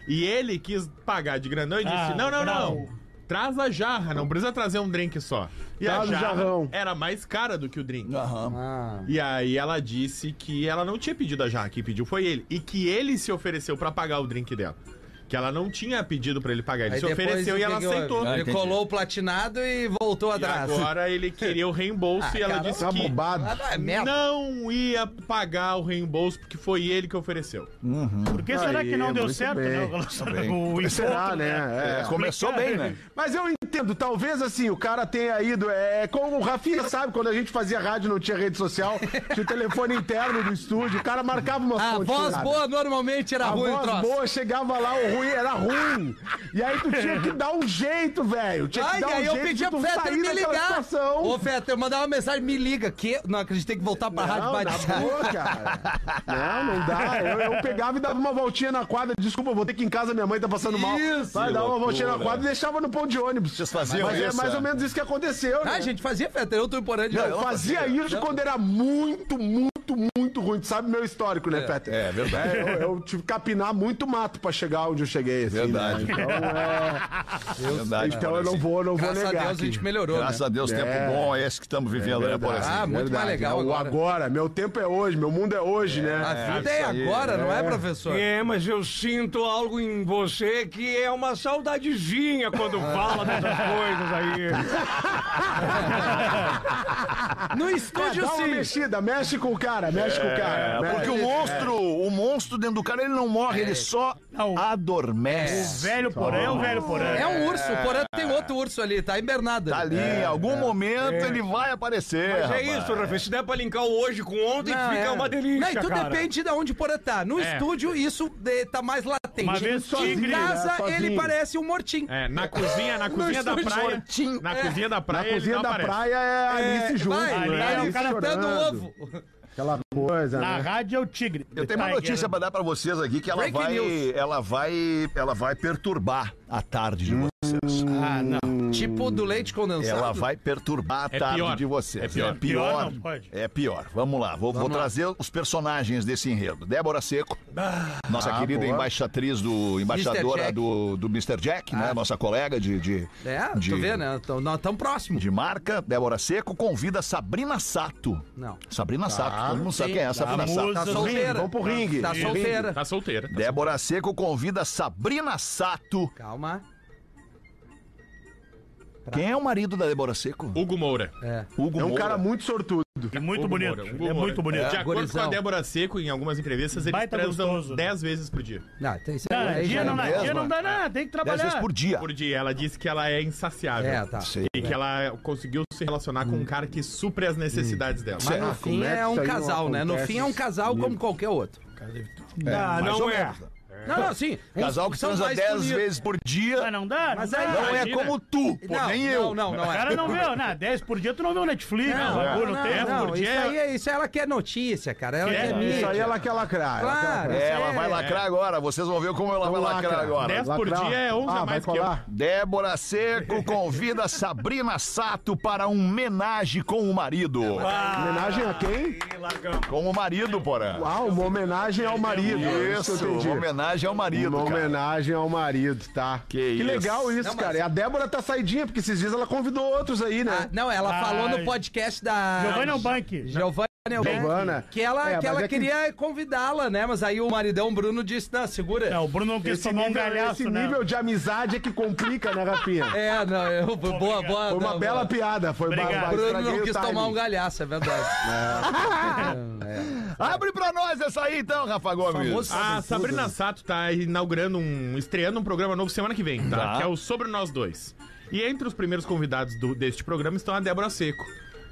Speaker 5: E ele quis pagar de grandão e disse:
Speaker 8: Ah,
Speaker 5: Não, não, não.
Speaker 8: bravo.
Speaker 5: Traz a jarra, não precisa trazer um drink só. E
Speaker 6: Traz o
Speaker 5: a jarra
Speaker 6: jarrão.
Speaker 5: era mais cara do que o drink.
Speaker 4: Ah,
Speaker 5: E aí ela disse que ela não tinha pedido a jarra, quem pediu foi ele. E que ele se ofereceu pra pagar o drink dela. Que ela não tinha pedido pra ele pagar. Ele
Speaker 4: aí
Speaker 5: se
Speaker 4: depois
Speaker 5: ofereceu e ela
Speaker 4: pegou-
Speaker 5: aceitou.
Speaker 4: Ele colou o platinado e voltou
Speaker 5: E
Speaker 4: atrás.
Speaker 5: agora ele queria o reembolso
Speaker 4: Ah,
Speaker 5: e ela
Speaker 4: cara,
Speaker 5: disse
Speaker 6: Tá
Speaker 5: que
Speaker 6: bobado.
Speaker 4: Ah, é merda.
Speaker 5: não ia pagar o reembolso porque foi ele que ofereceu.
Speaker 8: Por que será
Speaker 6: Aí,
Speaker 8: que não deu
Speaker 6: muito
Speaker 8: certo,
Speaker 6: bem.
Speaker 8: né? O relacionamento, o
Speaker 6: Será,
Speaker 8: encontro, né?
Speaker 6: né? É.
Speaker 3: É, começou bem, né?
Speaker 6: Mas eu entendo, talvez assim, o cara tenha ido. É como o Rafinha sabe, quando a gente fazia rádio não tinha rede social, tinha o telefone interno do estúdio, o cara marcava uma
Speaker 4: A
Speaker 6: fonte,
Speaker 4: Ah, voz
Speaker 6: cara.
Speaker 4: boa normalmente era
Speaker 6: A
Speaker 4: ruim, o
Speaker 6: voz
Speaker 4: troço.
Speaker 6: boa chegava lá, o ruim era ruim. E aí tu tinha que dar um jeito, velho. Tinha que
Speaker 4: Ai,
Speaker 6: dar um
Speaker 4: aí eu
Speaker 6: jeito
Speaker 4: pedi
Speaker 6: de
Speaker 4: pro
Speaker 6: tu
Speaker 4: Fetter
Speaker 6: sair
Speaker 4: me
Speaker 6: daquela
Speaker 4: ligar.
Speaker 6: situação.
Speaker 4: Ô, Fetter, eu mandava uma mensagem, me liga, que não acreditei que voltar pra rádio
Speaker 6: Não, na
Speaker 4: bate
Speaker 6: boa, cara. Não, não dá. Eu, eu pegava e dava uma voltinha na quadra. Desculpa, eu vou ter que ir em casa, minha mãe tá passando mal.
Speaker 4: Isso.
Speaker 6: Vai,
Speaker 3: Que
Speaker 6: dava uma
Speaker 3: loucura.
Speaker 6: voltinha na quadra e deixava no pão de ônibus.
Speaker 3: Vocês faziam
Speaker 6: Mas é
Speaker 3: isso,
Speaker 6: mais
Speaker 3: é?
Speaker 6: ou menos isso que aconteceu, né?
Speaker 4: Ah, a gente fazia, Fetter, eu tô em Porã de
Speaker 6: Não,
Speaker 4: Não,
Speaker 6: eu fazia isso
Speaker 4: Não.
Speaker 6: quando era muito, muito, muito ruim. Tu sabe meu histórico, né, Peter?
Speaker 3: é verdade.
Speaker 6: eu, eu tive que capinar muito mato pra chegar onde eu cheguei. assim,
Speaker 3: Verdade.
Speaker 6: né? Então, é,
Speaker 3: Verdade,
Speaker 6: então eu não
Speaker 3: Porazinho.
Speaker 6: vou, não vou
Speaker 4: Graças a
Speaker 6: negar.
Speaker 4: Deus a gente
Speaker 6: aqui.
Speaker 4: melhorou,
Speaker 3: Graças
Speaker 4: né?
Speaker 3: a Deus, tempo
Speaker 6: É.
Speaker 3: bom é esse que estamos vivendo, né, Porazinho?
Speaker 4: Ah, muito mais legal
Speaker 6: é o
Speaker 4: agora.
Speaker 6: Meu tempo é hoje, meu mundo é né? hoje, né?
Speaker 4: A vida é,
Speaker 3: isso aí,
Speaker 4: agora, não é, professor?
Speaker 9: É, mas eu sinto algo em você que é uma saudadezinha quando
Speaker 4: Ah.
Speaker 9: fala dessas coisas aí.
Speaker 4: No
Speaker 6: É,
Speaker 4: estúdio,
Speaker 6: dá uma
Speaker 4: sim.
Speaker 6: mexida, mexe com o cara, mexe com o cara.
Speaker 3: É,
Speaker 6: mexe.
Speaker 3: porque o monstro, o monstro dentro do cara, ele não morre, ele só
Speaker 8: Não.
Speaker 3: adormece.
Speaker 8: Velho porém é o velho porém.
Speaker 4: É um urso, o Porã tem outro urso ali, tá hibernado.
Speaker 3: Tá ali, em algum momento ele vai aparecer.
Speaker 9: Mas é
Speaker 3: rapaz.
Speaker 9: isso, Rafa. Se der pra linkar o hoje com ontem,
Speaker 4: Não,
Speaker 9: fica
Speaker 4: é.
Speaker 9: uma delícia.
Speaker 4: Não, e tudo
Speaker 9: cara.
Speaker 4: depende de onde o Porã tá. No
Speaker 5: É.
Speaker 4: estúdio, isso de- tá mais latente.
Speaker 8: Uma vez
Speaker 4: em
Speaker 8: tigre,
Speaker 4: casa,
Speaker 6: né, sozinho.
Speaker 4: ele parece um mortim.
Speaker 5: É, na cozinha, na cozinha da
Speaker 4: estúdio
Speaker 5: praia.
Speaker 4: mortinho.
Speaker 5: Na
Speaker 4: É.
Speaker 5: cozinha da
Speaker 6: Na
Speaker 5: praia, ele
Speaker 6: cozinha
Speaker 5: não
Speaker 6: da
Speaker 5: aparece.
Speaker 6: praia é Alice
Speaker 4: É,
Speaker 6: junto.
Speaker 4: vai,
Speaker 8: Ali
Speaker 6: né?
Speaker 8: é o
Speaker 6: Alice
Speaker 8: cara
Speaker 6: chorando,
Speaker 4: Catando um ovo.
Speaker 6: Aquela coisa,
Speaker 8: Na
Speaker 6: né?
Speaker 8: rádio é o tigre. é
Speaker 3: Eu tenho uma
Speaker 8: né?
Speaker 3: notícia pra dar pra vocês aqui que ela
Speaker 4: Breaking
Speaker 3: vai,
Speaker 4: news.
Speaker 3: ela vai, ela vai perturbar a tarde de vocês.
Speaker 4: Hum.
Speaker 8: Ah, não.
Speaker 4: Tipo do leite condensado.
Speaker 3: Ela vai perturbar a
Speaker 5: É
Speaker 3: tarde
Speaker 5: pior.
Speaker 3: de vocês.
Speaker 5: É pior.
Speaker 8: Pior não pode.
Speaker 3: É pior. Vamos lá. Vou, vou trazer os personagens desse enredo. Débora Seco, nossa querida embaixatriz do
Speaker 4: Mr.
Speaker 3: embaixadora
Speaker 4: Jack.
Speaker 3: do, do Mr. Jack, né? Nossa colega de de,
Speaker 4: É,
Speaker 3: de,
Speaker 4: tu vê, né? Tão- Nós estamos próximos.
Speaker 3: de marca. Débora Seco convida Sabrina Sato.
Speaker 4: Não.
Speaker 3: Sabrina Sato. Todo mundo sabe quem é Sabrina
Speaker 8: a
Speaker 3: Sato.
Speaker 8: musa.
Speaker 4: Tá
Speaker 8: Vamos
Speaker 4: solteira.
Speaker 6: vamos pro ringue.
Speaker 4: Tá
Speaker 6: Ringue.
Speaker 4: solteira.
Speaker 5: Tá solteira.
Speaker 3: Débora Seco convida Sabrina Sato.
Speaker 4: Calma.
Speaker 3: Quem é o marido da Débora Seco?
Speaker 5: Hugo Moura.
Speaker 4: É.
Speaker 3: Hugo
Speaker 6: É um cara muito sortudo.
Speaker 8: É muito
Speaker 5: Hugo
Speaker 8: bonito.
Speaker 5: Moura, Hugo
Speaker 8: É
Speaker 5: Moura.
Speaker 8: muito bonito.
Speaker 5: De
Speaker 8: Já-
Speaker 5: acordo com a
Speaker 4: Gurizão.
Speaker 5: Débora Seco, em algumas entrevistas, eles
Speaker 8: Baita
Speaker 5: transam
Speaker 8: gostoso.
Speaker 5: 10 vezes por dia.
Speaker 4: Não, tem isso
Speaker 8: Tá,
Speaker 4: aí já
Speaker 8: dia
Speaker 4: é
Speaker 8: não, dá-
Speaker 4: mesmo.
Speaker 8: dia não dá nada, É, tem que
Speaker 3: 10 vezes
Speaker 8: trabalhar.
Speaker 3: por dia.
Speaker 5: Por dia. Ela disse que ela é insaciável.
Speaker 4: É, tá.
Speaker 3: Sei.
Speaker 5: E que ela conseguiu se relacionar com um cara que supre as necessidades dela.
Speaker 4: Hum. Mas no fim
Speaker 6: como é
Speaker 4: é
Speaker 6: que isso
Speaker 4: um
Speaker 6: aí não
Speaker 4: casal, né? No
Speaker 6: acontece
Speaker 4: fim é um casal como qualquer outro.
Speaker 9: Ah,
Speaker 3: Mais
Speaker 9: não
Speaker 3: ou
Speaker 9: é.
Speaker 3: menos.
Speaker 4: Não, não, sim. Uns
Speaker 3: Casal que
Speaker 4: são
Speaker 3: transa
Speaker 4: mais
Speaker 3: 10
Speaker 4: bonitos.
Speaker 3: vezes por
Speaker 8: Ah,
Speaker 3: dia
Speaker 8: não dá?
Speaker 4: Mas
Speaker 8: não
Speaker 4: aí-
Speaker 8: dá.
Speaker 3: não é
Speaker 5: imagina.
Speaker 3: como tu, pô,
Speaker 4: Não,
Speaker 3: nem
Speaker 4: não,
Speaker 3: eu.
Speaker 4: não, não
Speaker 8: O
Speaker 4: é.
Speaker 8: cara não vê, né? 10 por dia tu não vê o Netflix, não,
Speaker 4: Não,
Speaker 8: bagulho,
Speaker 4: não,
Speaker 8: não, tem.
Speaker 4: não,
Speaker 5: por
Speaker 4: isso
Speaker 5: dia.
Speaker 4: aí é isso. aí Ela quer notícia, cara. Ela
Speaker 8: Que
Speaker 4: quer
Speaker 8: é,
Speaker 4: mídia.
Speaker 6: Isso aí ela quer lacrar. ela quer
Speaker 4: Claro.
Speaker 6: lacrar.
Speaker 4: isso
Speaker 3: É, ela
Speaker 4: é-
Speaker 3: vai lacrar agora, vocês vão ver como ela
Speaker 6: É
Speaker 3: vai lacrar agora.
Speaker 5: Dez-
Speaker 6: 10
Speaker 5: por dia é 11 a
Speaker 6: Ah,
Speaker 5: mais que eu.
Speaker 3: Débora Seco convida Sabrina Sato para um homenagem com o marido.
Speaker 4: É
Speaker 5: Ah.
Speaker 6: Homenagem a quem?
Speaker 3: Com o marido, porém.
Speaker 6: Ah, uma homenagem ao marido. Isso,
Speaker 3: Isso,
Speaker 6: eu entendi.
Speaker 3: uma homenagem ao marido.
Speaker 6: Uma
Speaker 3: cara.
Speaker 6: homenagem ao marido, tá?
Speaker 3: Que isso.
Speaker 6: legal isso,
Speaker 4: Não, mas-
Speaker 6: cara. E a Débora tá saidinha, porque esses dias ela convidou outros aí,
Speaker 4: Ah,
Speaker 6: né?
Speaker 4: não, ela
Speaker 8: Ai.
Speaker 4: falou no podcast da.
Speaker 8: Giovanna é um Eubank.
Speaker 4: Giovanna Eubank,
Speaker 6: Giovanna.
Speaker 4: Que ela,
Speaker 6: É,
Speaker 4: que
Speaker 6: mas
Speaker 4: ela
Speaker 6: é que-
Speaker 4: queria convidá-la, né? Mas aí o maridão Bruno disse: não, segura.
Speaker 8: Não, o Bruno não quis
Speaker 6: Esse
Speaker 8: tomar
Speaker 6: nível,
Speaker 8: um galhaço,
Speaker 6: esse
Speaker 8: né?
Speaker 6: nível de amizade é que complica, né, Rafinha?
Speaker 4: É, não, eu, boa, boa.
Speaker 6: Foi uma
Speaker 4: não,
Speaker 6: bela
Speaker 4: boa.
Speaker 6: piada. Foi uma
Speaker 8: Obrigado.
Speaker 6: uma-
Speaker 4: Bruno
Speaker 6: estraguei
Speaker 4: não
Speaker 6: o
Speaker 4: quis
Speaker 6: timing.
Speaker 4: tomar um galhaço, é verdade.
Speaker 3: Abre pra nós essa aí então, Rafa Gomes.
Speaker 4: Famoso
Speaker 5: A
Speaker 4: sabem
Speaker 9: Ah,
Speaker 3: né?
Speaker 5: Sabrina Sato tá inaugurando um. estreando um programa novo semana que vem, tá? Que é o Sobre Nós Dois. E entre os primeiros convidados do- deste programa estão a Débora Seco.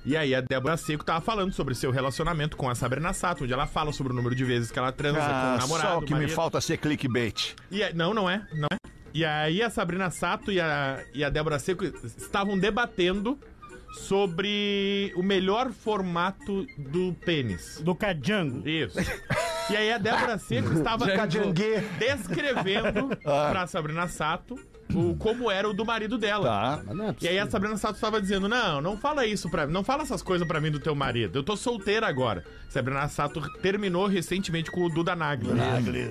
Speaker 5: E aí a Débora Seco tava falando sobre seu relacionamento com a Sabrina Sato, onde ela fala sobre o número de vezes que ela transa com o
Speaker 3: Ah,
Speaker 5: namorado.
Speaker 3: só o que me
Speaker 5: marido.
Speaker 3: falta ser clickbait.
Speaker 5: E aí- não, não é, não é. E aí a Sabrina Sato e a, e a Débora Seco estavam debatendo sobre o melhor formato do pênis.
Speaker 8: Do Cajango.
Speaker 5: Isso. E aí a Débora Seco estava
Speaker 6: Cajangue.
Speaker 5: descrevendo
Speaker 6: Ah.
Speaker 5: pra Sabrina Sato o, como era o do marido dela.
Speaker 3: Tá.
Speaker 6: é
Speaker 5: E aí a Sabrina Sato estava dizendo: "Não, não fala isso para, não fala essas coisas pra mim do teu marido. Eu tô solteira agora". Sabrina Sato terminou recentemente com o Duda Nagli.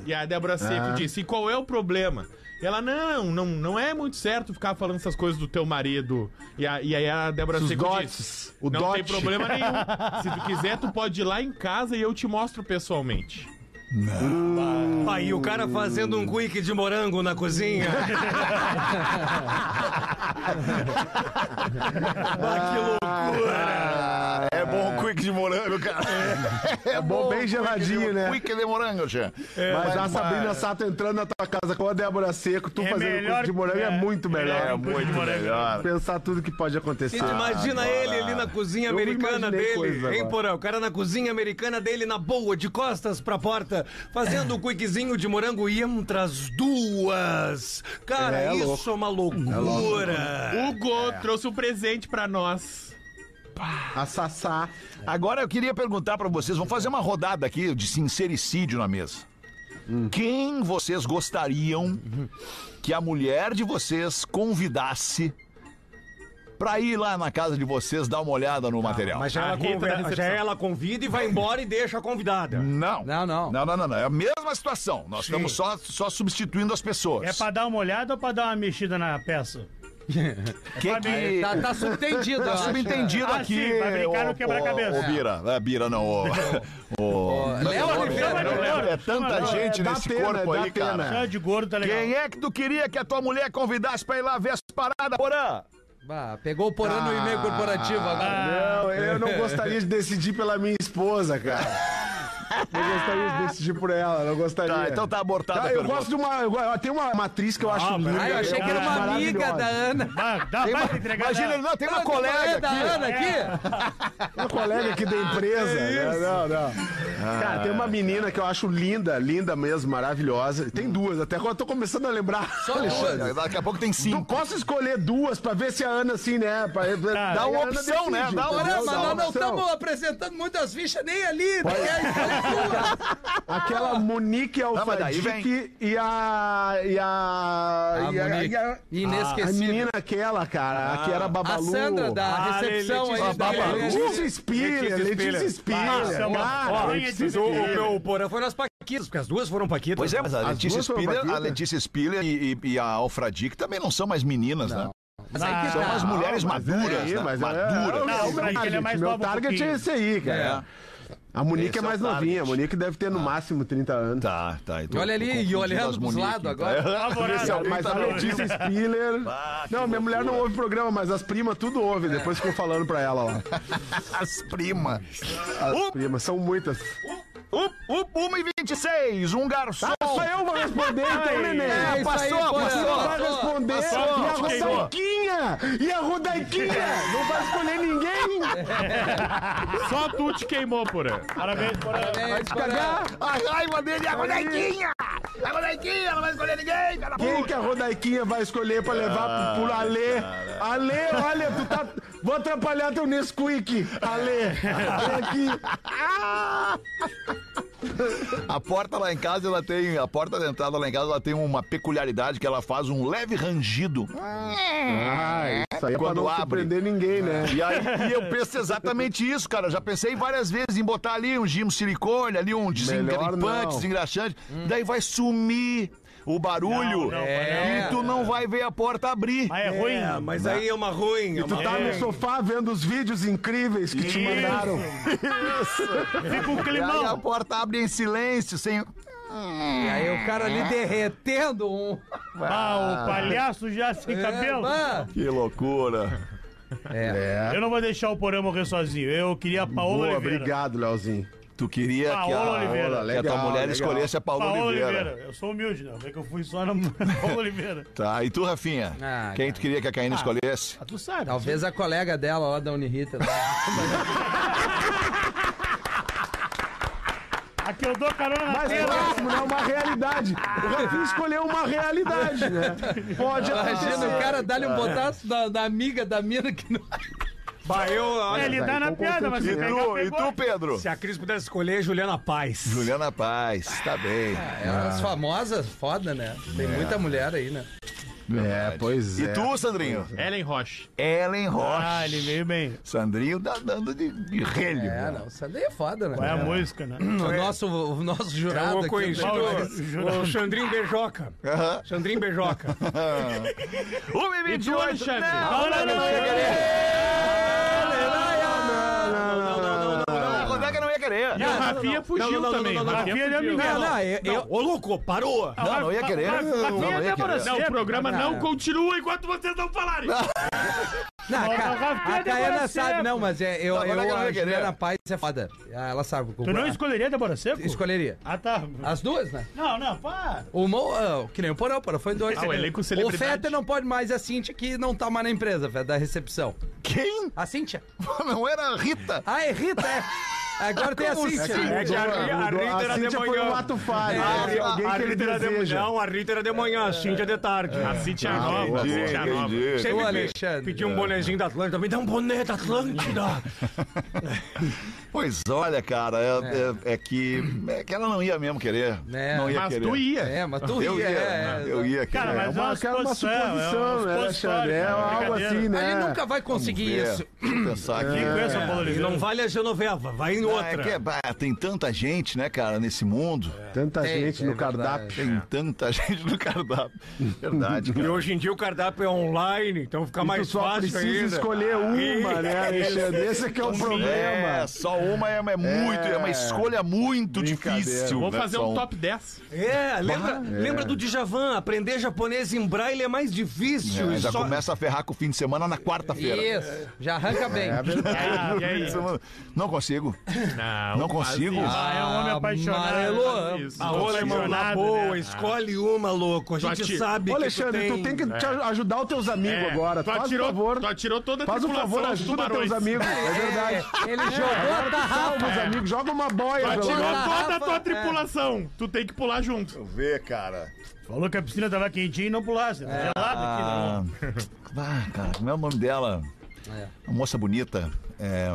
Speaker 5: E a Débora Seco disse: "E qual é o problema?" Ela, não, não, não é muito certo ficar falando essas coisas do teu marido. E, a- e aí a Débora
Speaker 6: Os
Speaker 5: Seco
Speaker 6: dotes,
Speaker 5: disse,
Speaker 6: o
Speaker 5: não tem
Speaker 6: dote."
Speaker 5: problema nenhum. Se tu quiser, tu pode ir lá em casa e eu te mostro pessoalmente.
Speaker 9: Aí o cara fazendo um quick de morango na cozinha. Bah, que loucura!
Speaker 6: Ah,
Speaker 3: cara. É bom o quick de morango, cara. É,
Speaker 6: bom, bem
Speaker 3: o quick
Speaker 6: geladinho,
Speaker 3: de-
Speaker 6: né? É
Speaker 3: Quick de morango, Tchê.
Speaker 5: É,
Speaker 6: Mas a Sabrina Sato entrando na tua casa com a Débora Seco, tu
Speaker 8: É
Speaker 6: fazendo
Speaker 8: melhor-
Speaker 6: curso de morango é,
Speaker 8: é,
Speaker 6: muito melhor.
Speaker 8: melhor
Speaker 3: É
Speaker 8: um pouco de
Speaker 3: muito
Speaker 8: morango.
Speaker 3: melhor.
Speaker 6: Pensar tudo que pode acontecer.
Speaker 9: Gente, imagina ele ali na cozinha
Speaker 6: Ah, Eu
Speaker 9: americana
Speaker 6: imaginei coisa
Speaker 9: dele, hein,
Speaker 6: agora.
Speaker 9: Porão? O cara na cozinha americana dele, na boa, de costas pra porta, fazendo o quickzinho de morango e entra as duas. Cara,
Speaker 6: É, é
Speaker 9: isso
Speaker 6: louco.
Speaker 9: é uma loucura.
Speaker 5: Hugo trouxe um presente pra nós.
Speaker 6: A Sassá.
Speaker 3: Agora eu queria perguntar pra vocês, vamos fazer uma rodada aqui de sincericídio na mesa. Quem vocês gostariam que a mulher de vocês convidasse pra ir lá na casa de vocês dar uma olhada no material?
Speaker 9: Mas já
Speaker 5: A
Speaker 9: ela,
Speaker 5: Rita
Speaker 9: conver-
Speaker 5: da recepção.
Speaker 9: já ela convida e vai embora e deixa a convidada.
Speaker 3: Não.
Speaker 4: Não, não.
Speaker 3: Não, não, não, não. É a mesma situação. Nós estamos só, só substituindo as pessoas.
Speaker 8: É pra dar uma olhada ou pra dar uma mexida na peça?
Speaker 3: que que...
Speaker 4: Tá, tá subentendido, eu
Speaker 3: Tá
Speaker 4: acho.
Speaker 3: subentendido
Speaker 8: Ah,
Speaker 3: aqui.
Speaker 8: sim, vai brincar no
Speaker 3: ô,
Speaker 8: quebra-cabeça.
Speaker 3: ô, ô, Bira. É, Bira não. ô.
Speaker 4: Léo
Speaker 8: Chama de
Speaker 4: Oliveira.
Speaker 9: né?
Speaker 8: gordo.
Speaker 3: É
Speaker 8: Chama
Speaker 3: tanta
Speaker 8: de-
Speaker 3: gente
Speaker 6: dá
Speaker 3: nesse
Speaker 6: pena,
Speaker 3: corpo
Speaker 6: dá
Speaker 3: aí,
Speaker 6: pena.
Speaker 3: cara.
Speaker 8: Chama de gordo, tá legal.
Speaker 3: Quem é que tu queria que a tua mulher convidasse pra ir lá ver as paradas, Porã?
Speaker 4: Bah, pegou o porão no e-mail corporativo
Speaker 9: Ah,
Speaker 4: agora.
Speaker 6: Não, eu não gostaria de decidir pela minha esposa, cara. Eu gostaria de decidir por ela, eu não gostaria.
Speaker 3: Tá, então tá abortada
Speaker 6: Ah,
Speaker 3: a
Speaker 6: eu
Speaker 3: pergunta.
Speaker 6: gosto de uma. eu go- Tem uma matriz que eu acho linda.
Speaker 4: Ah, eu achei que era uma amiga da Ana.
Speaker 8: Vai, dá vai pra entregar.
Speaker 3: Imagina, não, tem uma
Speaker 4: Ah, é
Speaker 3: colega
Speaker 4: da
Speaker 3: aqui.
Speaker 4: Ana aqui?
Speaker 6: Uma colega aqui da empresa.
Speaker 4: É
Speaker 6: né? Não, não, não. Cara, tem
Speaker 4: Ah.
Speaker 6: uma menina que eu acho linda, linda mesmo, maravilhosa. Tem duas, até agora eu tô começando a lembrar.
Speaker 4: Só duas.
Speaker 3: Daqui a pouco tem
Speaker 6: Não
Speaker 3: cinco.
Speaker 6: posso escolher duas pra ver se a Ana, assim, né? Pra,
Speaker 8: Tá.
Speaker 6: dá
Speaker 3: Dá
Speaker 6: uma
Speaker 3: uma opção, né? Dá uma
Speaker 4: Olha,
Speaker 3: opção.
Speaker 4: mas
Speaker 6: dá
Speaker 4: nós
Speaker 6: uma
Speaker 4: não
Speaker 6: opção.
Speaker 4: estamos apresentando muitas fichas nem ali. né? tu quer
Speaker 6: Aquela Monique
Speaker 3: mas daí
Speaker 6: Alfadique e a. E a.
Speaker 4: Ah,
Speaker 6: e a, Ah. e a
Speaker 4: Monique,
Speaker 6: a
Speaker 4: Inesquecível.
Speaker 6: menina aquela, cara, que era
Speaker 4: A
Speaker 6: Babalu.
Speaker 4: Sandra da
Speaker 9: Ah,
Speaker 4: recepção
Speaker 9: Letícia
Speaker 4: aí. da
Speaker 9: Babalu.
Speaker 4: Helena.
Speaker 6: Letícia Spiller,
Speaker 9: Letícia Spiller.
Speaker 6: Letícia Spiller.
Speaker 8: Ah, isso é uma
Speaker 6: cara.
Speaker 8: vergonha de
Speaker 9: O, o, o Porã foi nas paquitas, porque as duas foram paquitas.
Speaker 3: Pois é, mas a
Speaker 6: As
Speaker 3: Letícia
Speaker 6: duas foram
Speaker 3: Spiller, a
Speaker 6: bandidas.
Speaker 3: Letícia Spiller e, e- e a Alfradique também não são mais meninas, né?
Speaker 4: Mas aí que
Speaker 8: São
Speaker 4: tá.
Speaker 3: As mulheres maduras,
Speaker 6: Aí,
Speaker 3: né?
Speaker 6: mas
Speaker 3: maduras.
Speaker 6: É,
Speaker 8: Não,
Speaker 6: é,
Speaker 8: o Frank, ele é mais
Speaker 6: meu
Speaker 8: novo um
Speaker 6: target
Speaker 8: pouquinho.
Speaker 6: é esse aí, cara. A Monique
Speaker 3: Esse
Speaker 6: é mais
Speaker 3: é o
Speaker 6: novinha. A
Speaker 3: target.
Speaker 6: Monique deve ter no máximo 30 anos.
Speaker 3: Tá, tá. então
Speaker 4: Olha ali,
Speaker 3: tô
Speaker 4: e
Speaker 3: confundindo
Speaker 4: olhando
Speaker 3: as
Speaker 4: pros
Speaker 3: Monique, então.
Speaker 4: lados agora.
Speaker 8: Favorável.
Speaker 3: Esse é o
Speaker 6: Mas
Speaker 3: Rita
Speaker 6: a
Speaker 3: Lorenzo.
Speaker 6: Letícia Spiller.
Speaker 3: Ah, que
Speaker 6: não, minha mulher não
Speaker 3: loucura.
Speaker 6: ouve programa, mas as primas tudo ouvem. Depois ficou falando pra ela lá.
Speaker 3: As primas.
Speaker 6: As primas, são muitas.
Speaker 3: Um, um, 1 e 26, um garçom.
Speaker 6: Ah, Só eu vou responder, então, neném.
Speaker 4: É isso aí,
Speaker 3: passou,
Speaker 4: Porã.
Speaker 3: passou.
Speaker 6: Não vai responder. e a
Speaker 3: passou, queimou. É.
Speaker 6: Rodaiquinha! E a Rodaiquinha! Não vai escolher ninguém!
Speaker 5: Só tu te queimou, Porã.
Speaker 8: Parabéns, Porã.
Speaker 4: É, Porã.
Speaker 3: A raiva dele é a bonequinha! É a bonequinha, não vai escolher ninguém, cara.
Speaker 6: Quem que a Rodaiquinha vai escolher pra
Speaker 3: Ah,
Speaker 6: levar pro, pro Alê? Alê, olha, tu tá. Vou atrapalhar teu Nesquik! Alê! Vem aqui!
Speaker 3: A porta lá em casa, ela tem. A porta da entrada lá em casa, ela tem uma peculiaridade que ela faz um leve rangido.
Speaker 6: Isso aí é pra
Speaker 3: Quando
Speaker 6: não
Speaker 3: abre.
Speaker 6: surpreender ninguém, né?
Speaker 3: E aí e eu penso exatamente isso, cara. Eu já pensei várias vezes em botar ali um gimo silicone, ali um
Speaker 6: Melhor
Speaker 3: desengripante,
Speaker 6: não.
Speaker 3: desengraxante. Daí vai sumir o barulho
Speaker 8: Não, não, é.
Speaker 3: e tu não vai ver a porta abrir.
Speaker 8: Mas é
Speaker 9: É,
Speaker 8: ruim.
Speaker 9: mas aí é uma ruim. é
Speaker 6: Tu
Speaker 9: uma
Speaker 6: tá
Speaker 9: ruim.
Speaker 6: no sofá vendo os vídeos incríveis que te mandaram.
Speaker 8: Fica um
Speaker 3: E aí a
Speaker 8: climão.
Speaker 3: porta abre em silêncio, sem.
Speaker 4: E aí o cara
Speaker 9: É.
Speaker 4: ali derretendo um.
Speaker 8: Ah, o palhaço já sem cabelo.
Speaker 4: bah.
Speaker 3: Que loucura.
Speaker 4: É.
Speaker 8: Eu não vou deixar o Porã morrer sozinho. Eu queria a Paola
Speaker 6: Boa,
Speaker 8: Oliveira.
Speaker 6: obrigado, Leozinho.
Speaker 3: Tu queria que a,
Speaker 8: Paola Oliveira.
Speaker 3: que a tua
Speaker 6: Legal,
Speaker 3: mulher
Speaker 6: legal.
Speaker 3: escolhesse a Paola,
Speaker 8: Paola
Speaker 3: Oliveira.
Speaker 8: Oliveira. Eu sou humilde, né? É que eu fui só na Paola Oliveira.
Speaker 3: Tá, e tu, Rafinha?
Speaker 4: Ah,
Speaker 3: Quem
Speaker 4: cara.
Speaker 3: tu queria que a Caína escolhesse?
Speaker 8: Ah, tu sabe.
Speaker 4: Talvez a colega dela lá da Unirita.
Speaker 8: Aqui eu dou carona na
Speaker 6: Mas
Speaker 8: tela.
Speaker 6: próximo, né? Uma realidade. O Rafinha escolheu uma realidade, né? Pode
Speaker 4: Imagina o
Speaker 6: acontecer.
Speaker 4: cara dar-lhe um botaço da, da amiga da mina que não.
Speaker 9: Bah, eu, olha,
Speaker 8: Ele dá
Speaker 6: velho,
Speaker 8: na
Speaker 6: com
Speaker 8: piada, mas se
Speaker 3: E
Speaker 8: pegar,
Speaker 3: tu, e
Speaker 8: pegou.
Speaker 3: tu, Pedro?
Speaker 9: se a Cris pudesse escolher, Juliana Paz.
Speaker 3: Juliana Paz, tá bem.
Speaker 4: Elas É, famosas, foda, né?
Speaker 9: É.
Speaker 4: Tem muita mulher aí, né?
Speaker 6: É, pois
Speaker 3: E tu, Sandrinho?
Speaker 5: Ellen Roche.
Speaker 3: Ellen Rocha.
Speaker 8: Ah, ele veio bem.
Speaker 3: Sandrinho tá dando de, de relho.
Speaker 4: É, não. Isso daí é foda, né?
Speaker 8: Qual é a música, né?
Speaker 4: O nosso, o nosso
Speaker 9: É
Speaker 4: jurado.
Speaker 9: o
Speaker 4: aqui,
Speaker 9: conhecido,
Speaker 8: Paulo,
Speaker 9: o Xandrinho Beijoca.
Speaker 3: Aham.
Speaker 9: Xandrinho Beijoca.
Speaker 5: Uma e vinte e oito, Alexandre.
Speaker 8: Não, não, não, não.
Speaker 9: Não, não, não, não, não.
Speaker 3: Ah, Rodeca não ia querer.
Speaker 5: E a Rafinha fugiu
Speaker 9: não, não,
Speaker 5: também.
Speaker 9: não, não, não.
Speaker 5: Rafinha
Speaker 8: Rafinha, ele é
Speaker 5: fugiu.
Speaker 4: Não,
Speaker 8: amigão.
Speaker 4: não, eu, eu-
Speaker 9: Ô, louco, parou.
Speaker 3: Não, não ia querer.
Speaker 8: Rafinha
Speaker 3: Não, não ia
Speaker 8: é
Speaker 3: querer.
Speaker 8: Débora
Speaker 5: Não, o
Speaker 8: Seco.
Speaker 5: programa não continua enquanto vocês não falarem.
Speaker 4: Não, a,
Speaker 8: Mas o
Speaker 4: Ca...
Speaker 8: Rafinha
Speaker 4: a Caiana
Speaker 8: demora
Speaker 4: sabe,
Speaker 8: sempre.
Speaker 4: não, mas é, eu,
Speaker 3: Não,
Speaker 4: eu,
Speaker 3: mas a galera
Speaker 4: a
Speaker 3: quer, né?
Speaker 4: Juliana Paz é foda. Ah, Ela sabe.
Speaker 8: Tu não escolheria Débora Seco?
Speaker 4: Escolheria.
Speaker 8: Ah, tá.
Speaker 4: As duas, né?
Speaker 8: Não, não, pá.
Speaker 4: Uma, ah, que nem o Porão, o Porão foi dois.
Speaker 5: Ah, o elenco
Speaker 4: o
Speaker 5: celebridade.
Speaker 4: Feta não pode mais, a Cintia que não tá mais na empresa, Feta, da recepção.
Speaker 3: Quem?
Speaker 4: A Cintia.
Speaker 3: Não era a Rita.
Speaker 4: Ah, é Rita, é. Agora tem a Cintia.
Speaker 6: É que a,
Speaker 9: a Rita era de
Speaker 6: Cíntia foi
Speaker 9: manhã.
Speaker 6: um ato falho. é alguém que ele
Speaker 9: era de manhã,
Speaker 6: deseja.
Speaker 9: não, a Rita era de manhã, a Cintia de tarde.
Speaker 5: A Cintia Nova, a
Speaker 3: Entendi,
Speaker 5: Cintia Nova.
Speaker 3: entendi.
Speaker 9: Sempre
Speaker 4: Ô,
Speaker 9: pe-
Speaker 4: Alexandre.
Speaker 9: Pedi um bonezinho da Atlântida. Me dá um boné da Atlântida.
Speaker 3: Pois olha, cara, é, é- é que, é que ela não ia mesmo querer.
Speaker 4: É.
Speaker 3: Não ia
Speaker 5: Mas
Speaker 3: querer.
Speaker 5: tu ia.
Speaker 4: É, mas tu
Speaker 3: Eu
Speaker 4: ria,
Speaker 3: ia, né?
Speaker 4: é, é,
Speaker 3: eu ia
Speaker 8: Cara,
Speaker 3: querer.
Speaker 8: mas
Speaker 6: É uma,
Speaker 8: é
Speaker 6: aquela- uma
Speaker 8: uma suposição,
Speaker 6: suposição, né, Alexandre? É algo assim, né?
Speaker 4: Ele nunca vai conseguir
Speaker 3: Vamos ver.
Speaker 4: isso.
Speaker 3: Deixa eu pensar aqui.
Speaker 8: Conheço a Paula
Speaker 6: é.
Speaker 9: E
Speaker 8: Oliveira.
Speaker 9: não vale a Genoveva, vai em
Speaker 3: Ah,
Speaker 9: outra.
Speaker 3: é que é- bah, tem tanta gente, né, cara, nesse mundo.
Speaker 6: Tanta
Speaker 4: Tem,
Speaker 6: gente
Speaker 4: é
Speaker 6: no
Speaker 4: verdade.
Speaker 6: cardápio.
Speaker 3: Tem tanta gente no cardápio. Verdade,
Speaker 9: E
Speaker 3: cara.
Speaker 9: hoje em dia o cardápio é online, então fica
Speaker 6: Tu
Speaker 9: mais
Speaker 6: só
Speaker 9: fácil
Speaker 6: precisa
Speaker 9: ainda.
Speaker 6: escolher uma, né, Alexandre? Esse é que é o
Speaker 3: É,
Speaker 6: problema.
Speaker 3: só uma é, é muito, é, uma escolha muito
Speaker 6: Brincadeira.
Speaker 3: difícil.
Speaker 5: Vou
Speaker 3: né,
Speaker 5: fazer
Speaker 3: só
Speaker 5: um top 10.
Speaker 9: É, lembra,
Speaker 6: Ah,
Speaker 9: lembra do Djavan, aprender japonês em braille é mais difícil.
Speaker 3: É, já
Speaker 9: só-
Speaker 3: começa a ferrar com o fim de semana na quarta-feira.
Speaker 4: Isso,
Speaker 6: É.
Speaker 4: já arranca bem.
Speaker 3: É,
Speaker 5: Ah, e aí?
Speaker 3: Não consigo.
Speaker 5: Não,
Speaker 3: Não
Speaker 5: faz
Speaker 3: consigo.
Speaker 5: isso.
Speaker 8: Ah, é um homem apaixonado.
Speaker 4: Amarelou.
Speaker 5: Isso.
Speaker 9: A outra é
Speaker 8: Apaixonado,
Speaker 9: uma boa,
Speaker 8: né?
Speaker 9: escolhe uma, louco. A gente
Speaker 5: ati-
Speaker 9: sabe
Speaker 6: Ô,
Speaker 9: que
Speaker 6: Alexandre, tu tem que te ajudar os teus amigos
Speaker 5: É,
Speaker 6: agora.
Speaker 5: tu
Speaker 6: Faz
Speaker 5: atirou,
Speaker 6: um favor.
Speaker 5: Tu atirou toda a
Speaker 6: Faz um
Speaker 5: tripulação
Speaker 6: favor,
Speaker 5: dos
Speaker 6: ajuda teus
Speaker 5: tubarões.
Speaker 6: amigos. É tá- verdade.
Speaker 4: É, ele jogou a
Speaker 6: Salva os
Speaker 4: tarrafa.
Speaker 6: amigos, joga uma
Speaker 5: Tu
Speaker 6: boia, pelo
Speaker 5: atirou
Speaker 6: menos.
Speaker 5: toda a tua
Speaker 4: É.
Speaker 5: tripulação. Tu tem que pular junto.
Speaker 3: Deixa eu ver, cara.
Speaker 8: Falou que a piscina tava quentinha e não pulasse. Tá gelada aqui, não.
Speaker 3: Ah, ah, cara, como é o nome dela? Uma moça bonita. É,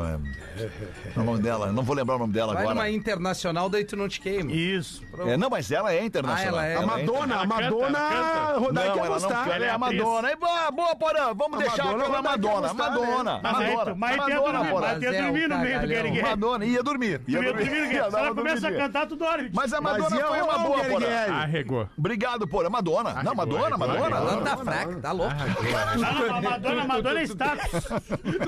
Speaker 3: é, é o nome dela. Não vou lembrar o nome dela
Speaker 4: Vai numa
Speaker 3: agora.
Speaker 4: internacional, daí tu não te queima.
Speaker 8: Isso.
Speaker 3: É, não, mas ela é internacional.
Speaker 4: Ah, ela é,
Speaker 6: A
Speaker 4: ela é
Speaker 6: Madonna, a
Speaker 5: Ela canta,
Speaker 6: Madonna,
Speaker 5: ela canta.
Speaker 3: Não,
Speaker 6: Rodaica
Speaker 3: ela não
Speaker 6: Mostar.
Speaker 3: quer, ela é a
Speaker 5: atriz.
Speaker 3: Madonna. E boa, boa, Porã. Vamos
Speaker 6: A
Speaker 3: deixar é
Speaker 6: Madonna
Speaker 3: pela
Speaker 6: vai
Speaker 3: Madonna.
Speaker 6: gostar,
Speaker 3: Madonna.
Speaker 6: né?
Speaker 8: Mas aí,
Speaker 3: Madonna.
Speaker 8: tu- mas aí tem a dormir,
Speaker 3: Madonna,
Speaker 8: mas tem
Speaker 4: Mas é
Speaker 8: a dormir
Speaker 4: um
Speaker 8: no meio do
Speaker 4: cagalhão.
Speaker 8: Gary
Speaker 3: Porã.
Speaker 8: Gary.
Speaker 3: Madonna. Ia dormir. Ia
Speaker 8: Primeiro, primeiro,
Speaker 3: dormir.
Speaker 8: Guerra.
Speaker 3: Ia
Speaker 8: Se ela
Speaker 3: dar uma
Speaker 8: começa a
Speaker 3: dormidinha.
Speaker 8: cantar, tu dorme.
Speaker 3: Mas a
Speaker 6: Mas
Speaker 3: Madonna
Speaker 6: ia
Speaker 3: foi uma
Speaker 6: rolar um
Speaker 3: boa,
Speaker 6: Guerrieri.
Speaker 3: Porã.
Speaker 5: Arregou.
Speaker 3: Obrigado, Porã. Madonna. Não,
Speaker 5: Arregou,
Speaker 3: Madonna,
Speaker 5: arregou,
Speaker 3: Madonna.
Speaker 5: arregou.
Speaker 4: Ela tá fraca, tá louca.
Speaker 8: Ah, não, a Madonna, a Madonna é status.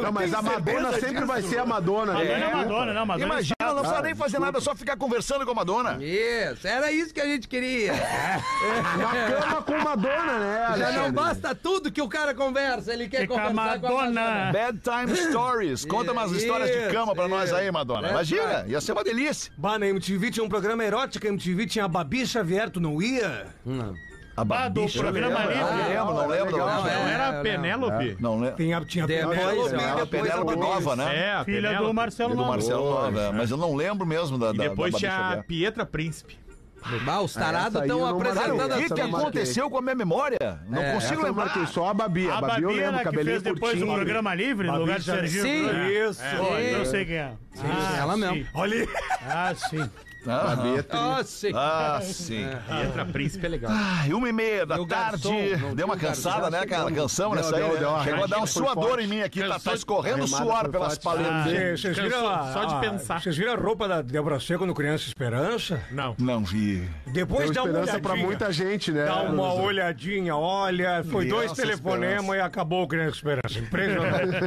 Speaker 6: Não, mas a Madonna sempre vai ser a Madonna.
Speaker 8: Madonna
Speaker 6: né?
Speaker 8: é Madonna, não, Madonna
Speaker 3: Imagina,
Speaker 8: é
Speaker 3: ela não
Speaker 8: status.
Speaker 3: precisa nem fazer nada, só ficar conversando com a Madonna.
Speaker 4: Isso, era isso que a gente queria.
Speaker 6: Na cama com Madonna, né,
Speaker 4: Já não
Speaker 6: É, Alexandre?
Speaker 4: basta tudo que o cara conversa, ele quer
Speaker 8: Fica a
Speaker 4: conversar com a Madonna.
Speaker 8: Madonna.
Speaker 3: Bedtime Stories. Conta umas
Speaker 4: Isso,
Speaker 3: histórias de cama pra nós aí, Madonna.
Speaker 4: É,
Speaker 3: Imagina, ia ser uma delícia.
Speaker 9: Bah, na MTV tinha um programa erótico, a MTV tinha a Babi Xavier, tu não ia?
Speaker 3: A
Speaker 8: do
Speaker 3: Babicha, eu
Speaker 8: programa
Speaker 3: lembro,
Speaker 8: livre.
Speaker 3: Não Ah, lembro, não lembro.
Speaker 6: Não,
Speaker 3: Não
Speaker 5: Não,
Speaker 3: lembro.
Speaker 4: é,
Speaker 5: era
Speaker 4: não.
Speaker 5: a Penélope. É,
Speaker 3: Não lembro.
Speaker 9: Tem a, tinha a
Speaker 4: Depois,
Speaker 9: Penélope,
Speaker 4: é,
Speaker 9: e
Speaker 3: Era a
Speaker 9: depois a
Speaker 3: Penélope
Speaker 9: Babi.
Speaker 3: Nova, né?
Speaker 5: É, a
Speaker 8: Filha
Speaker 5: Penélope.
Speaker 8: do Marcelo
Speaker 3: E do
Speaker 8: Nova.
Speaker 3: Marcelo Nova, é. mas eu não lembro mesmo da,
Speaker 5: E
Speaker 3: da,
Speaker 5: depois
Speaker 3: da
Speaker 5: tinha a
Speaker 3: Babicha.
Speaker 5: Pietra Príncipe.
Speaker 4: Bah, os tarados
Speaker 6: Essa aí
Speaker 4: estão
Speaker 6: eu não
Speaker 4: apresentando
Speaker 6: marquei.
Speaker 4: as
Speaker 3: O que, que
Speaker 6: Essa eu marquei.
Speaker 3: aconteceu com a minha memória? Não
Speaker 4: É,
Speaker 6: Essa
Speaker 3: consigo
Speaker 6: eu
Speaker 3: lembrar.
Speaker 6: marquei só a Babi. A
Speaker 8: A
Speaker 6: Babi eu
Speaker 8: Babi
Speaker 6: lembro,
Speaker 8: era que
Speaker 6: cabelinho
Speaker 8: fez depois
Speaker 6: curtinho.
Speaker 8: o programa livre, no
Speaker 9: Babi
Speaker 8: lugar de
Speaker 9: Jardim.
Speaker 8: Serginho.
Speaker 4: Sim.
Speaker 8: Grosso.
Speaker 9: Isso.
Speaker 8: É,
Speaker 4: Sim.
Speaker 8: Eu sei quem é.
Speaker 4: sim, ela
Speaker 8: sim.
Speaker 4: mesmo.
Speaker 9: Olha aí.
Speaker 8: Ah, sim.
Speaker 3: Ah,
Speaker 6: Babi é tri-
Speaker 4: Ah, sim.
Speaker 3: ah,
Speaker 6: É.
Speaker 3: sim.
Speaker 5: Pietra Príncipe é legal.
Speaker 3: Ah, uma e meia da
Speaker 4: Meu
Speaker 3: tarde.
Speaker 4: garçom, não
Speaker 3: deu uma
Speaker 4: tinha um
Speaker 3: cansada,
Speaker 4: garçom,
Speaker 3: né, cara? Cansamos
Speaker 6: Deu,
Speaker 3: nessa aí,
Speaker 6: deu,
Speaker 3: né?
Speaker 6: deu uma
Speaker 3: Chegou a dar um
Speaker 6: remada, foi
Speaker 3: suador
Speaker 6: forte.
Speaker 3: em mim aqui. Tá, tá
Speaker 5: Cansou de-
Speaker 3: escorrendo
Speaker 6: remada
Speaker 3: suor
Speaker 6: foi
Speaker 3: pelas
Speaker 6: forte. Ah, é.
Speaker 3: paletas.
Speaker 9: Vocês vocês viram a,
Speaker 5: Ah, é. Só de
Speaker 9: a-
Speaker 5: pensar.
Speaker 9: Vocês viram ah, a roupa da Débora Seco no Criança Esperança?
Speaker 5: Não.
Speaker 3: Não vi.
Speaker 9: Depois
Speaker 6: Deu
Speaker 9: dá um uma
Speaker 6: esperança
Speaker 9: olhadinha.
Speaker 6: pra muita gente, né?
Speaker 9: Dá uma olhadinha, olha. Foi dois
Speaker 3: Criança
Speaker 9: telefonemas
Speaker 3: Esperança.
Speaker 9: e acabou o Criança Esperança. Impressionante.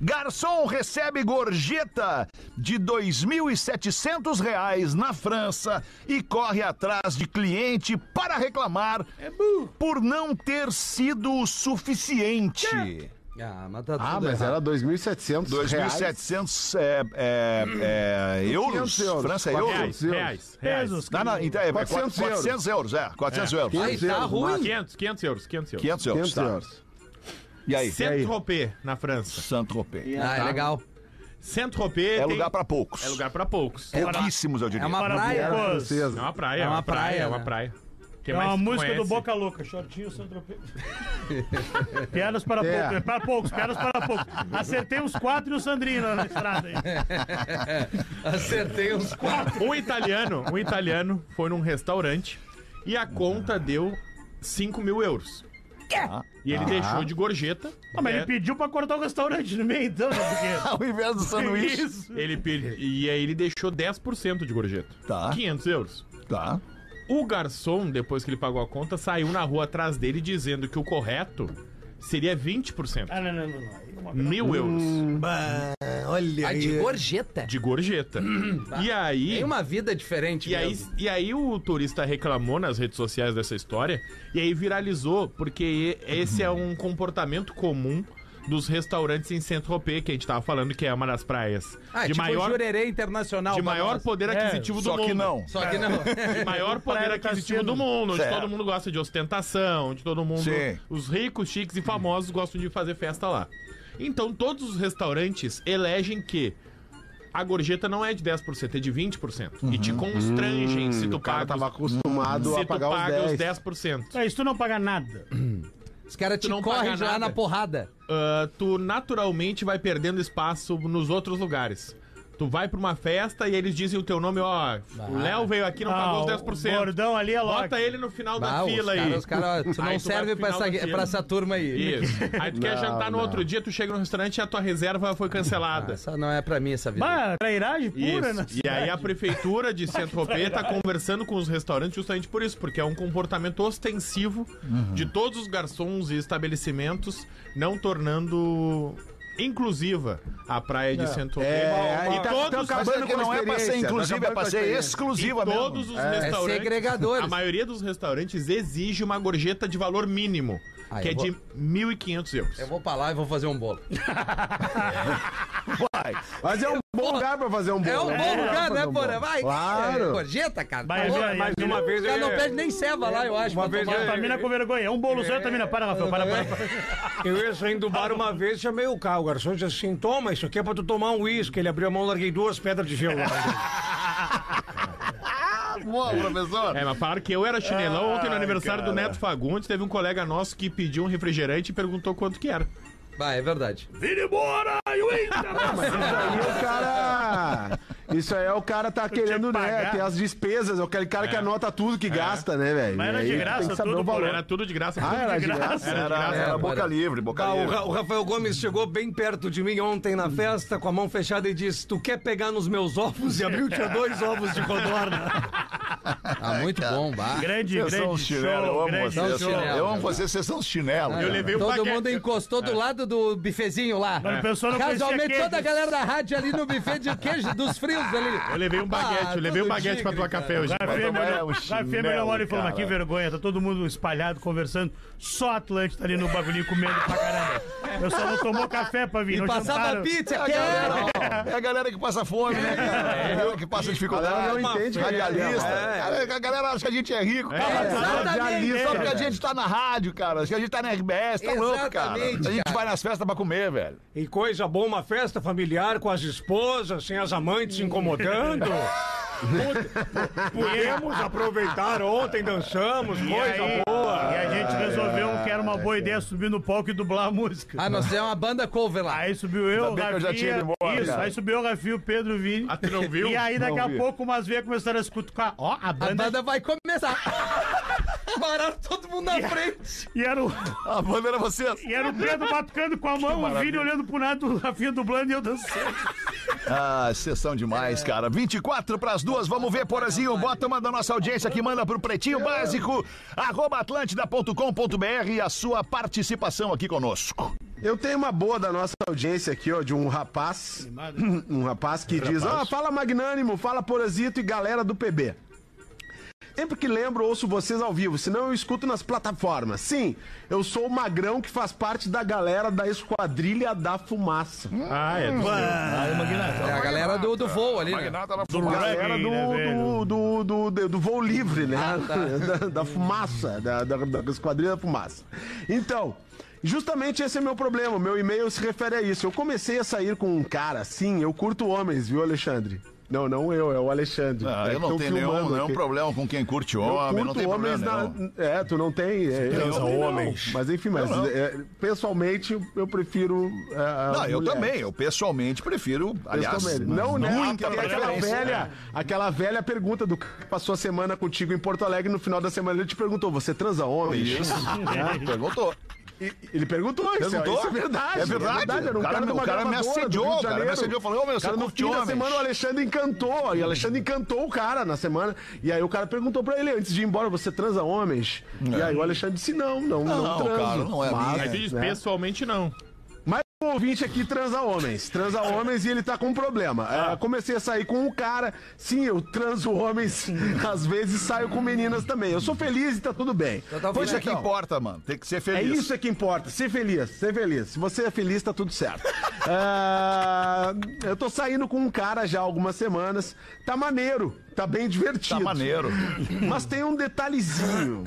Speaker 3: Garçom recebe gorjeta de R$ 2.700 reais na França e corre atrás de cliente para reclamar
Speaker 6: É
Speaker 3: por não ter sido o suficiente.
Speaker 4: Ah, mas tá tudo
Speaker 6: Ah, mas
Speaker 4: errado.
Speaker 6: era 2.700 reais.
Speaker 3: 2.700 é, é, é, euros?
Speaker 6: 500 euros.
Speaker 3: França é euros?
Speaker 5: Reais, reais, reais.
Speaker 8: Pesos.
Speaker 3: Não, não, então é 400,
Speaker 6: 400 euros.
Speaker 3: 400 euros. É, 400 euros.
Speaker 4: Aí tá ruim.
Speaker 5: 500, 500 euros, 500 euros.
Speaker 3: 500 euros.
Speaker 6: 500
Speaker 3: tá.
Speaker 6: euros.
Speaker 3: E aí?
Speaker 5: Saint-Tropez, na França.
Speaker 3: Saint-Tropez.
Speaker 4: Ah,
Speaker 6: tá
Speaker 4: é legal.
Speaker 3: É
Speaker 5: Saint-Tropez tem-
Speaker 3: lugar pra poucos.
Speaker 5: É lugar pra poucos. É
Speaker 3: Pouquíssimos, eu diria.
Speaker 4: É uma
Speaker 8: Para
Speaker 4: praia.
Speaker 6: Era
Speaker 8: poucos.
Speaker 6: francesa.
Speaker 5: uma praia,
Speaker 4: É
Speaker 5: é
Speaker 4: uma
Speaker 5: uma praia,
Speaker 4: praia,
Speaker 5: é uma
Speaker 4: né?
Speaker 5: praia. Que
Speaker 8: É uma
Speaker 5: mais tu
Speaker 8: música do
Speaker 5: conhece?
Speaker 8: Boca Louca, shortinho, sem tropeço. piadas para
Speaker 6: É.
Speaker 8: poucos, para poucos, piadas para poucos. Acertei uns quatro e o Sandrinho na na estrada aí.
Speaker 4: Acertei os quatro.
Speaker 5: Um italiano, um italiano foi num restaurante e a conta deu 5 mil euros.
Speaker 3: Ah,
Speaker 5: E ele deixou de gorjeta.
Speaker 8: Ah, mas ele
Speaker 5: né?
Speaker 8: pediu pra cortar o restaurante no meio, então, né? Porque...
Speaker 3: Ao invés do sanduíche.
Speaker 8: Isso.
Speaker 5: ele pe- E aí ele deixou 10% de gorjeta.
Speaker 3: Tá.
Speaker 5: 500 euros.
Speaker 3: Tá.
Speaker 5: O garçom, depois que ele pagou a conta, saiu na rua atrás dele dizendo que o correto seria 20%
Speaker 8: Ah, não, não, não. não. Aí é uma-
Speaker 5: mil euros
Speaker 9: Olha
Speaker 4: A de gorjeta.
Speaker 5: de gorjeta. E aí.
Speaker 4: Uhum. Tem uma vida diferente
Speaker 5: E aí,
Speaker 4: mesmo.
Speaker 5: e aí o turista reclamou nas redes sociais dessa história e aí viralizou, porque e- esse é um comportamento comum dos restaurantes em Saint-Tropez, que a gente tava falando que é uma das praias
Speaker 4: Ah,
Speaker 5: de
Speaker 4: tipo
Speaker 5: maior,
Speaker 4: Jurerê Internacional.
Speaker 5: de
Speaker 4: pra
Speaker 5: maior É.
Speaker 4: nós.
Speaker 5: poder aquisitivo do
Speaker 3: Só
Speaker 5: mundo.
Speaker 3: que não.
Speaker 4: É, Só que não.
Speaker 5: De maior poder
Speaker 8: Praia do
Speaker 5: aquisitivo do
Speaker 8: Cassino.
Speaker 5: mundo, onde
Speaker 3: Certo.
Speaker 5: todo mundo gosta de ostentação, onde todo mundo.
Speaker 3: Sim.
Speaker 5: Os ricos, chiques e famosos gostam de fazer festa lá. Então todos os restaurantes elegem que a gorjeta não é de 10%, é de 20%. E te constrangem se tu
Speaker 6: Uhum. Hum, O cara
Speaker 5: paga. os-
Speaker 6: tava acostumado
Speaker 5: se
Speaker 6: a
Speaker 5: tu
Speaker 6: pagar os
Speaker 5: paga
Speaker 6: 10.
Speaker 5: os 10%.
Speaker 8: É, isso tu não paga nada.
Speaker 4: Os caras te
Speaker 5: Tu não
Speaker 4: correm
Speaker 5: paga
Speaker 4: já
Speaker 5: nada.
Speaker 4: na porrada.
Speaker 5: Ah, tu naturalmente vai perdendo espaço nos outros lugares. Tu vai pra uma festa e eles dizem o teu nome, ó. O Léo veio aqui e não
Speaker 8: Ah,
Speaker 5: pagou os
Speaker 8: o
Speaker 5: 10%.
Speaker 8: gordão ali é louco.
Speaker 5: Bota ele no final
Speaker 4: Ah,
Speaker 5: da
Speaker 4: os
Speaker 5: fila aí.
Speaker 4: caras- os caras, tu não
Speaker 5: Aí tu vai
Speaker 4: serve
Speaker 5: pro
Speaker 4: pra
Speaker 5: final
Speaker 4: essa,
Speaker 5: da fila.
Speaker 4: pra essa turma aí.
Speaker 5: Isso. Aí tu quer
Speaker 6: Não,
Speaker 5: jantar no
Speaker 6: não.
Speaker 5: outro dia, tu chega no restaurante e a tua reserva foi cancelada.
Speaker 4: Essa não é pra mim, essa vida.
Speaker 8: Bah, trairagem pura, né?
Speaker 5: Isso. E aí a prefeitura de Saint-Tropez tá conversando com os restaurantes justamente por isso, porque é um comportamento ostensivo de todos os garçons e estabelecimentos, não tornando inclusiva a praia de Saint-Tropez.
Speaker 6: É,
Speaker 5: e
Speaker 6: tá- tá
Speaker 5: todos,
Speaker 6: acabando
Speaker 3: Mas é que
Speaker 6: com a
Speaker 3: não é pra ser
Speaker 6: experiência, tá
Speaker 3: inclusiva, é
Speaker 6: acabando
Speaker 3: pra
Speaker 6: com a
Speaker 3: ser
Speaker 6: experiência.
Speaker 3: exclusiva mesmo.
Speaker 5: todos os
Speaker 4: É
Speaker 5: restaurantes
Speaker 4: segregadores.
Speaker 5: a maioria dos restaurantes exige uma gorjeta de valor mínimo,
Speaker 4: Ah,
Speaker 5: que é
Speaker 4: eu vou-
Speaker 5: de 1.500 euros.
Speaker 4: Eu vou pra lá e vou fazer um bolo.
Speaker 6: Mas é um bom lugar pra fazer um bolo.
Speaker 4: É um
Speaker 6: bom
Speaker 4: bom lugar, né,
Speaker 6: pra fazer um bolo.
Speaker 4: Porã? Vai. é,
Speaker 6: Claro.
Speaker 4: Gorjeta, cara.
Speaker 8: Vai,
Speaker 4: Tá
Speaker 8: vai,
Speaker 4: louco?
Speaker 8: vai.
Speaker 9: Mais uma vez
Speaker 5: é.
Speaker 9: é,
Speaker 4: O cara
Speaker 9: eu
Speaker 4: não
Speaker 9: ia-
Speaker 4: pede nem ceva lá, eu acho.
Speaker 9: Uma
Speaker 4: pra
Speaker 9: vez
Speaker 4: tomar.
Speaker 9: eu-
Speaker 8: Tamina com vergonha. É um bolo seu, Tamina. Para, Rafael, para, para. para.
Speaker 9: Eu ia saindo do bar uma vez, chamei o carro. O garçom disse assim: toma, isso aqui é pra tu tomar um uísque. Ele abriu a mão, larguei duas pedras de gelo.
Speaker 3: Boa, professor.
Speaker 5: É, mas falaram que eu era chinelão. Ontem no aniversário do Neto Fagundes, teve um colega nosso que pediu um refrigerante e perguntou quanto que era.
Speaker 4: Vai, é verdade.
Speaker 6: Aí o cara. Isso aí é o cara tá querendo, né?
Speaker 8: pagar.
Speaker 6: Ter as despesas. É aquele cara que anota tudo que gasta, né, velho?
Speaker 8: Mas era
Speaker 6: E aí
Speaker 8: de
Speaker 6: tem
Speaker 8: graça
Speaker 6: que saber
Speaker 8: tudo,
Speaker 6: o
Speaker 8: Porã.
Speaker 6: valor.
Speaker 5: Era tudo de graça.
Speaker 6: Ah, era de graça?
Speaker 5: Era de
Speaker 3: Era,
Speaker 5: graça.
Speaker 3: era
Speaker 4: É,
Speaker 3: boca
Speaker 4: bora.
Speaker 3: livre, boca
Speaker 9: Ah, o,
Speaker 3: livre.
Speaker 9: Ra- o Rafael Gomes chegou bem perto de mim ontem na festa, com a mão fechada, e disse: Tu quer pegar nos meus ovos? E abriu tinha dois ovos de codorna.
Speaker 4: Ah, muito bom, vai.
Speaker 8: Grande,
Speaker 3: Vocês são
Speaker 8: grande
Speaker 3: os chinelo, eu
Speaker 8: show,
Speaker 3: amo
Speaker 8: grande
Speaker 3: vocês.
Speaker 8: show.
Speaker 4: chinelo.
Speaker 3: Eu amo vocês, vocês são os chinelo.
Speaker 5: Eu
Speaker 3: cara.
Speaker 5: levei o
Speaker 4: Todo
Speaker 5: paquete. É.
Speaker 4: mundo encostou do lado do bifezinho lá.
Speaker 8: Mas o pessoal não conhecia
Speaker 4: Casualmente,
Speaker 8: queijo.
Speaker 4: toda a galera da rádio ali no buffet de queijo dos frios ali.
Speaker 5: Eu levei um baguete,
Speaker 4: Ah,
Speaker 5: eu levei um
Speaker 4: tudo
Speaker 5: baguete
Speaker 4: tigre,
Speaker 5: pra tua
Speaker 4: cara.
Speaker 5: café hoje.
Speaker 8: Vai
Speaker 3: Vai
Speaker 8: ver,
Speaker 3: tomar
Speaker 8: melhor,
Speaker 3: um
Speaker 8: vai ver,
Speaker 3: chinelo,
Speaker 8: melhor olha e falou, mas
Speaker 3: cara.
Speaker 8: que vergonha, tá todo mundo espalhado, conversando, só Atlântida ali no bagulhinho comendo pra caramba. O pessoal não tomou café pra vir,
Speaker 4: E
Speaker 8: não
Speaker 4: passava
Speaker 8: jantaram.
Speaker 4: pizza,
Speaker 3: A
Speaker 4: quero.
Speaker 3: galera- É a galera que passa fome, né, cara? É a galera que passa
Speaker 6: A galera
Speaker 3: dificuldade.
Speaker 6: não entende que é
Speaker 3: Radialista.
Speaker 9: é.
Speaker 3: A galera acha que a gente é rico, cara.
Speaker 4: Exatamente.
Speaker 3: Só porque a gente tá na rádio, cara. Acho que a gente tá na RBS, tá louco, cara. A
Speaker 4: Exatamente,
Speaker 3: gente vai nas festas pra comer, velho.
Speaker 9: E coisa boa, uma festa familiar com as esposas, sem as amantes se incomodando. Pude- Pudemos aproveitar ontem, dançamos,
Speaker 8: E
Speaker 9: coisa
Speaker 8: aí,
Speaker 9: boa.
Speaker 8: e a gente resolveu que era uma boa ideia subir no palco e dublar a música.
Speaker 4: Ah, nós fizemos uma banda cover lá.
Speaker 8: Aí subiu eu,
Speaker 3: bem que eu já tinha
Speaker 8: Rafinha,
Speaker 3: ido embora,
Speaker 8: isso,
Speaker 3: cara.
Speaker 8: aí subiu eu, Rafinha, o Pedro, o Vini.
Speaker 5: Ah, tu não viu?
Speaker 8: E aí daqui
Speaker 3: Não
Speaker 8: a
Speaker 3: vi.
Speaker 8: pouco umas veias começaram a escutar, ó, a
Speaker 4: A
Speaker 8: banda...
Speaker 4: banda vai começar. Pararam todo mundo na frente.
Speaker 8: E era o,
Speaker 3: A banda Ah, era vocês.
Speaker 8: e era o Pedro batucando com a mão, o Vini olhando pro nada, o Rafinha dublando e eu dançando.
Speaker 3: Ah, sessão demais, cara. 24 pras duas. Vamos ver, Porazinho. Bota uma da nossa audiência que manda pro Pretinho Básico, arroba atlântida.com.br e a sua participação aqui conosco.
Speaker 6: Eu tenho uma boa da nossa audiência aqui, ó, de um rapaz. Um rapaz que diz: Ó, fala magnânimo, fala porozito e galera do PB. Sempre que lembro, ouço vocês ao vivo, senão eu escuto nas plataformas. Sim, eu sou o magrão que faz parte da galera da Esquadrilha da Fumaça.
Speaker 5: Ah, é. do seu.
Speaker 4: É a galera do, do voo ali, né?
Speaker 3: Magnata na
Speaker 6: galera
Speaker 8: reggae, né,
Speaker 6: do,
Speaker 8: velho?
Speaker 6: do, do, do, do voo livre, né? da, da fumaça, da, da, da esquadrilha da fumaça. Então, justamente esse é meu problema. Meu e-mail se refere a isso. Eu comecei a sair com um cara, sim, eu curto homens, viu, Alexandre? Não, não eu, é o Alexandre.
Speaker 3: Ah,
Speaker 6: É
Speaker 3: eu
Speaker 6: que
Speaker 3: não
Speaker 6: tão
Speaker 3: tenho nenhum,
Speaker 6: filmando
Speaker 3: nenhum
Speaker 6: aqui.
Speaker 3: problema com quem curte
Speaker 6: Eu
Speaker 3: homem, não
Speaker 6: curto
Speaker 3: tem problema
Speaker 6: homens na-
Speaker 3: nenhum.
Speaker 6: É, tu não tem. É, eu
Speaker 3: transa
Speaker 6: também não.
Speaker 3: homens.
Speaker 6: Mas enfim, mas
Speaker 3: não.
Speaker 6: é, pessoalmente eu- eu prefiro. é,
Speaker 3: Não, eu
Speaker 6: mulheres.
Speaker 3: também. Eu pessoalmente prefiro, aliás,
Speaker 6: Pessoalmente. não, né?
Speaker 3: muita
Speaker 6: Porque tem aquela
Speaker 3: preferência.
Speaker 6: velha, aquela velha pergunta do cara que passou a semana contigo em Porto Alegre, no final da semana ele te perguntou: você transa homens?
Speaker 3: Isso. É, Perguntou.
Speaker 6: E- Ele perguntou isso.
Speaker 3: Perguntou?
Speaker 6: Isso é verdade.
Speaker 3: É verdade.
Speaker 6: Era um
Speaker 3: O cara-
Speaker 6: cara, de uma
Speaker 3: o cara me
Speaker 6: gravadora do
Speaker 3: assediou,
Speaker 6: Rio
Speaker 3: cara,
Speaker 6: de
Speaker 3: me
Speaker 6: Janeiro.
Speaker 3: assediou, falou, ô, meu, você
Speaker 6: cara, no
Speaker 3: curte
Speaker 6: fim da
Speaker 3: homens.
Speaker 6: semana o Alexandre encantou. E o Alexandre encantou o cara na semana. E aí o cara perguntou pra ele, antes de ir embora, você transa homens? E aí o Alexandre disse, não, não, não,
Speaker 3: É. Não,
Speaker 6: transo.
Speaker 3: cara, não é a
Speaker 6: Mas-
Speaker 3: minha.
Speaker 5: Aí tu diz,
Speaker 6: né?
Speaker 5: pessoalmente não.
Speaker 6: Mas o ouvinte aqui transa homens. Transa homens e ele tá com um problema.
Speaker 3: Ah.
Speaker 6: É, comecei a sair com um cara. Sim, eu transo homens. Às vezes saio com meninas também. Eu sou feliz e tá tudo bem.
Speaker 4: Total
Speaker 3: Isso é que
Speaker 6: Então,
Speaker 3: importa, mano. Tem que ser
Speaker 6: É
Speaker 3: feliz.
Speaker 6: isso é que importa. Ser feliz, ser feliz. Se você é feliz, tá tudo certo. Ah, eu tô saindo com um cara já há algumas semanas. Tá maneiro. Tá bem divertido.
Speaker 3: Tá maneiro.
Speaker 6: Mas tem um detalhezinho.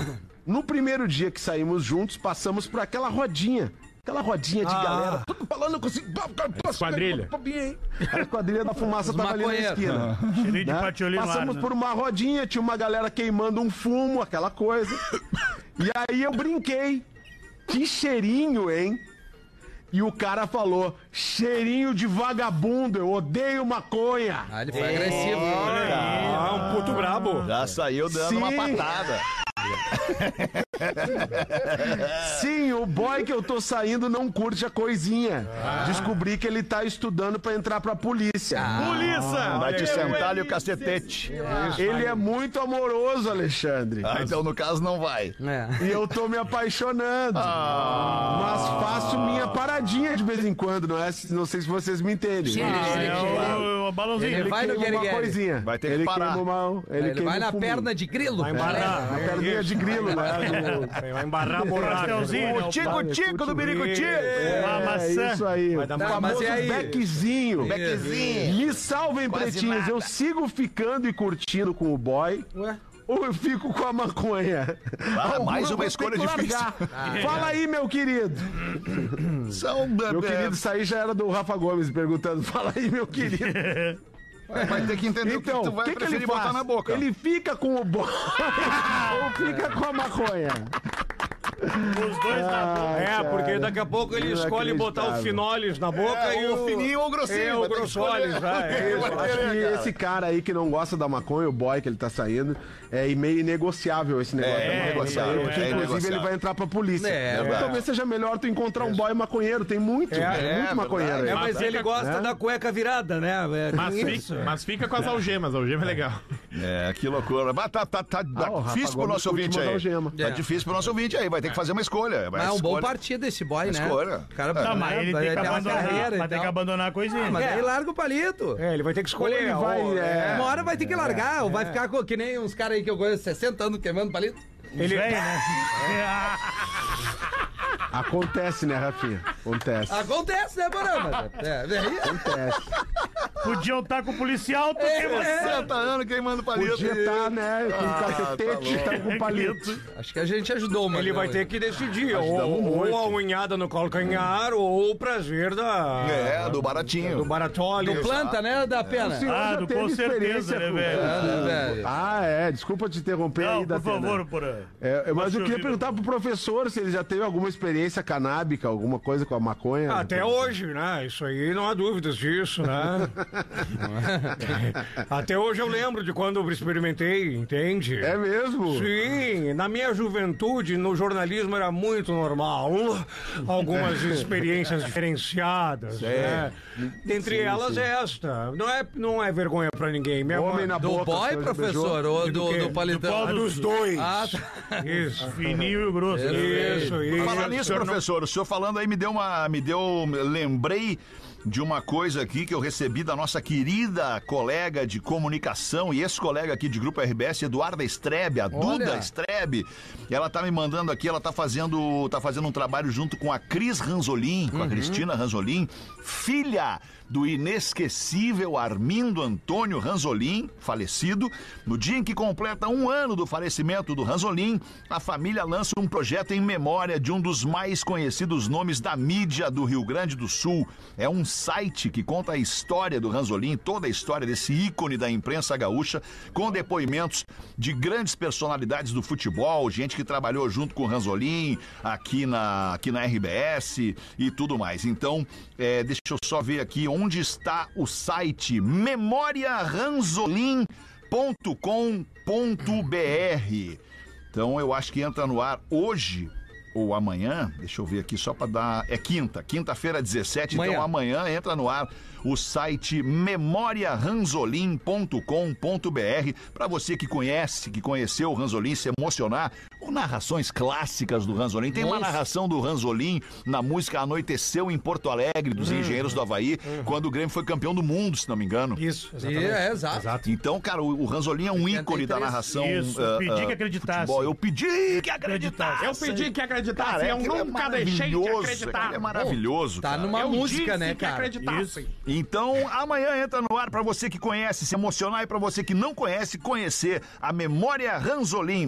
Speaker 6: No primeiro dia que saímos juntos, passamos por aquela rodinha. Aquela rodinha
Speaker 3: Ah.
Speaker 6: de galera. Tudo falando com assim.
Speaker 5: Esquadrilha.
Speaker 6: A esquadrilha da fumaça
Speaker 4: Os
Speaker 6: tava ali na
Speaker 4: maconheiros. Ah.
Speaker 6: esquina.
Speaker 8: Cheirei de
Speaker 6: né?
Speaker 8: patiolim no ar,
Speaker 6: Passamos
Speaker 8: né?
Speaker 6: por uma rodinha, tinha uma galera queimando um fumo, aquela coisa. E aí eu brinquei. Que cheirinho, hein? E o cara falou: cheirinho de vagabundo, eu odeio maconha.
Speaker 4: Ah, ele foi agressivo.
Speaker 9: Ah, um puto brabo.
Speaker 3: Já saiu dando uma
Speaker 6: Sim.
Speaker 3: patada.
Speaker 6: Sim, o boy que eu tô saindo não curte a coisinha.
Speaker 4: Ah.
Speaker 6: Descobri que ele tá estudando pra entrar pra polícia.
Speaker 4: Ah.
Speaker 5: Polícia!
Speaker 3: Vai te
Speaker 5: Eu,
Speaker 3: sentar e o
Speaker 5: hein?
Speaker 3: cacetete.
Speaker 6: ele é muito amoroso, Alexandre.
Speaker 3: Ah, então no caso não vai.
Speaker 4: É.
Speaker 6: E eu tô me apaixonando.
Speaker 3: Ah,
Speaker 6: Mas faço minha paradinha de vez em quando, não é? Não sei se vocês me entendem.
Speaker 8: É o, o balãozinho.
Speaker 4: Ele vai no
Speaker 6: queima uma
Speaker 4: Guerigueri.
Speaker 6: coisinha.
Speaker 3: Vai ter que
Speaker 6: ele
Speaker 3: parar.
Speaker 6: queima uma- ele
Speaker 4: Ele,
Speaker 6: queima
Speaker 4: vai
Speaker 6: um
Speaker 4: na
Speaker 6: fuminho.
Speaker 4: perna de grilo. É.
Speaker 9: embarrar.
Speaker 6: Na perninha de grilo, né? Do-
Speaker 9: Vai embarrar a borracha.
Speaker 8: tá Pastelzinho, né? O
Speaker 3: Tico, tico do birigoti.
Speaker 8: Uma
Speaker 6: É
Speaker 8: maçã.
Speaker 6: isso aí.
Speaker 9: Vai dar
Speaker 6: o
Speaker 9: uma-
Speaker 4: Mas
Speaker 6: famoso
Speaker 4: e aí?
Speaker 6: beckzinho.
Speaker 3: Beckzinho.
Speaker 6: Me salvem, pretinhos. Eu sigo ficando e curtindo com o boy.
Speaker 4: Ué?
Speaker 6: Ou eu fico com a maconha?
Speaker 3: Ah, mais
Speaker 6: Alguma
Speaker 3: uma
Speaker 6: eu
Speaker 3: escolha
Speaker 6: tenho que
Speaker 3: difícil.
Speaker 6: largar. Fala aí, meu querido. É.
Speaker 3: São
Speaker 6: Meu querido, isso aí já era do Rafa Gomes perguntando. Fala aí, meu querido.
Speaker 3: Vai ter que entender
Speaker 6: Então,
Speaker 3: o que tu
Speaker 6: o
Speaker 3: vai
Speaker 6: que, que
Speaker 3: preferir
Speaker 6: ele
Speaker 3: botar
Speaker 6: faz?
Speaker 3: na boca.
Speaker 6: Ele fica com o boy ou fica com a maconha?
Speaker 8: Os dois na boca.
Speaker 9: É,
Speaker 6: cara.
Speaker 9: porque daqui a pouco ele escolhe botar o
Speaker 6: Inacreditável.
Speaker 9: finolis na boca
Speaker 3: É,
Speaker 9: e o...
Speaker 3: o fininho ou o grossinho,
Speaker 9: É,
Speaker 3: vai
Speaker 9: o
Speaker 3: ter que
Speaker 9: grossolis,
Speaker 3: escolher.
Speaker 9: vai. é isso.
Speaker 6: Eu acho que esse cara aí que não gosta da maconha, o boy que ele tá saindo, é e meio inegociável esse negócio. da maconha.
Speaker 3: inegociável,
Speaker 6: Porque,
Speaker 3: é
Speaker 6: inclusive,
Speaker 3: inegociável.
Speaker 6: ele vai entrar pra polícia.
Speaker 4: É,
Speaker 6: Então,
Speaker 3: verdade.
Speaker 6: Talvez seja melhor tu encontrar um boy maconheiro. Tem muito, tem
Speaker 3: é
Speaker 6: muito
Speaker 3: verdade.
Speaker 6: maconheiro aí.
Speaker 9: É, mas ele gosta da cueca virada, né? É,
Speaker 5: Ah, Mas
Speaker 9: tem isso.
Speaker 5: fica, mas fica com as algemas, a algema é legal.
Speaker 3: É, que loucura. Mas tá, tá, tá, tá
Speaker 6: Ah, o Rafa
Speaker 3: difícil pro
Speaker 6: Gomes
Speaker 3: nosso
Speaker 6: curte
Speaker 3: ouvinte
Speaker 6: mandar um
Speaker 3: aí.
Speaker 6: algema.
Speaker 3: Tá
Speaker 4: É.
Speaker 3: difícil pro nosso ouvinte aí. Vai ter que fazer uma escolha. Vai
Speaker 4: Mas é um bom
Speaker 3: escolha.
Speaker 4: partido esse boy, né?
Speaker 3: Escolha.
Speaker 4: O cara
Speaker 8: Não, Tá, mas ele tem que
Speaker 4: ter uma
Speaker 8: abandonar.
Speaker 4: carreira e
Speaker 8: Mas tem que
Speaker 4: tal.
Speaker 8: abandonar a coisinha. É,
Speaker 4: Ah, Mas aí larga o palito.
Speaker 9: É, ele vai ter que
Speaker 6: Ou
Speaker 9: escolher.
Speaker 6: ele vai,
Speaker 9: ou-
Speaker 6: é,
Speaker 4: Uma hora vai ter que largar, ou vai ficar com- que nem uns caras aí que eu conheço, 60 anos queimando palito.
Speaker 8: Ele vem, né?
Speaker 6: Acontece, né, Rafinha? Acontece.
Speaker 4: Acontece, né, Barama? É, aí
Speaker 6: Acontece.
Speaker 8: Podiam estar com o policial, tô queimando.
Speaker 4: é, é.
Speaker 3: 60 anos queimando palito.
Speaker 6: Podia tá, né? Com
Speaker 3: Ah,
Speaker 6: cacetete,
Speaker 3: tá
Speaker 6: tá com palito.
Speaker 4: Acho que a gente ajudou, mano.
Speaker 9: Ele vai ter que um decidir, ou, ou a unhada no calcanhar, ou o prazer da,
Speaker 3: É, do baratinho.
Speaker 9: do baratólio.
Speaker 4: Do planta, né,
Speaker 3: É.
Speaker 4: da pena?
Speaker 6: senhor
Speaker 8: Ah,
Speaker 6: já
Speaker 8: do-
Speaker 6: teve
Speaker 8: com certeza,
Speaker 6: experiência
Speaker 8: né,
Speaker 6: com-
Speaker 4: É,
Speaker 8: velho?
Speaker 4: né, velho?
Speaker 6: Ah, é. Desculpa te interromper aí,
Speaker 8: Não, por
Speaker 6: Datena.
Speaker 8: favor, Porã.
Speaker 6: É, é, mas
Speaker 8: Nossa,
Speaker 6: eu
Speaker 8: eu
Speaker 6: queria
Speaker 8: vi-
Speaker 6: perguntar pro professor se ele já teve alguma experiência canábica, alguma coisa com a maconha.
Speaker 9: Até hoje, né? Isso aí não há dúvidas disso, né? Até hoje eu lembro de quando eu experimentei, entende?
Speaker 6: É mesmo?
Speaker 9: Sim, na minha juventude, no jornalismo era muito normal. Algumas experiências diferenciadas, né? Dentre elas esta. Não é, não é vergonha pra ninguém. Minha
Speaker 6: Homem
Speaker 9: mãe-
Speaker 6: na
Speaker 4: Do
Speaker 6: boca.
Speaker 4: boy,
Speaker 6: senhor, já
Speaker 4: professor, ou do,
Speaker 9: quê?
Speaker 4: do
Speaker 8: Do
Speaker 4: palitão?
Speaker 8: pau do-
Speaker 9: Dos dois.
Speaker 4: Ah, tá.
Speaker 9: Isso.
Speaker 8: Fininho e o grosso.
Speaker 9: É. Isso, isso.
Speaker 3: Falar nisso, professor, o senhor falando aí me deu uma. me deu. me lembrei de uma coisa aqui que eu recebi da nossa querida colega de comunicação e ex-colega aqui de Grupo RBS, Eduarda Strebe, a Duda Strebe. Ela tá me mandando aqui, ela tá fazendo, tá fazendo um trabalho junto com a Cris Ranzolin, com a Cristina Ranzolin, filha do inesquecível Armindo Antônio Ranzolin, falecido. No dia em que completa um ano do falecimento do Ranzolin, a família lança um projeto em memória de um dos mais conhecidos nomes da mídia do Rio Grande do Sul. É um site que conta a história do Ranzolin, toda a história desse ícone da imprensa gaúcha, com depoimentos de grandes personalidades do futebol, gente que trabalhou junto com o Ranzolin aqui na, aqui na RBS e tudo mais. Então, é, deixa eu só ver aqui onde está o site Memória Ranzolin www.cultura.com.br. Então eu acho que entra no ar hoje ou amanhã, deixa eu ver aqui só para dar. É quinta, quinta-feira 17,
Speaker 4: Amanhã.
Speaker 3: então amanhã entra no ar o site memoriaranzolim.com.br para você que conhece, que conheceu o Ranzolim, se emocionar com narrações clássicas do Ranzolim. Tem uma narração do Ranzolim na música Anoiteceu em Porto Alegre, dos Engenheiros do Havaí, quando o Grêmio foi campeão do mundo, se não me engano.
Speaker 9: Isso, exatamente.
Speaker 4: E, é, exato.
Speaker 3: Então, cara, o o Ranzolim é um ícone da
Speaker 4: 83.
Speaker 3: narração.
Speaker 8: Isso,
Speaker 3: ah,
Speaker 8: pedi
Speaker 3: ah,
Speaker 8: que acreditasse.
Speaker 3: futebol. Eu pedi que acreditasse.
Speaker 5: Eu pedi que acreditasse,
Speaker 3: Cara,
Speaker 5: eu
Speaker 3: aquilo é
Speaker 5: nunca deixei de
Speaker 3: maravilhoso,
Speaker 5: acreditar.
Speaker 3: aquilo É maravilhoso.
Speaker 4: Tá
Speaker 3: cara.
Speaker 4: numa
Speaker 5: eu
Speaker 4: música,
Speaker 5: disse
Speaker 4: né,
Speaker 5: que
Speaker 4: cara?
Speaker 5: acreditassem.
Speaker 3: Então, amanhã entra no ar pra você que conhece, se emocionar e pra você que não conhece, conhecer a Memória Ranzolim,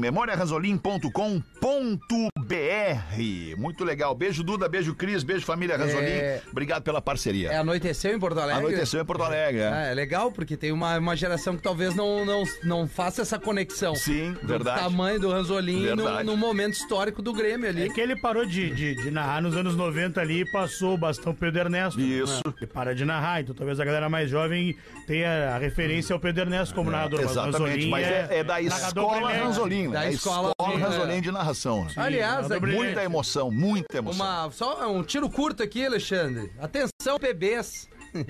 Speaker 3: memoriaranzolim.com.br. Muito legal. Beijo, Duda, beijo, Cris, beijo, família Ranzolim.
Speaker 4: É.
Speaker 3: Obrigado pela parceria.
Speaker 4: É, anoiteceu em Porto Alegre.
Speaker 3: Anoiteceu em Porto Alegre. é.
Speaker 4: Ah, é legal, porque tem uma, uma geração que talvez não, não, não faça essa conexão.
Speaker 3: Sim,
Speaker 4: do
Speaker 3: verdade.
Speaker 4: tamanho do Ranzolin no,
Speaker 3: Verdade.
Speaker 4: no momento histórico do Grêmio ali.
Speaker 8: É que ele parou de, de, de narrar nos anos 90 ali e passou o bastão pro Pedro Ernesto.
Speaker 3: Isso.
Speaker 4: É.
Speaker 8: Ele para de narrar, então talvez a galera mais jovem tenha a referência ao Pedro Ernesto como narrador. mas
Speaker 3: Exatamente,
Speaker 8: Ranzolin
Speaker 3: mas é, é da
Speaker 8: narrador
Speaker 3: escola
Speaker 8: brilhante.
Speaker 3: Ranzolim, né?
Speaker 4: Da
Speaker 3: É a
Speaker 4: escola, sim,
Speaker 3: Ranzolim
Speaker 4: é.
Speaker 3: de narração. né?
Speaker 4: Aliás, é
Speaker 8: nada
Speaker 4: aqui,
Speaker 8: brilhante.
Speaker 3: Muita emoção, muita emoção.
Speaker 4: uma, só um tiro curto aqui, Alexandre. Atenção, bebês.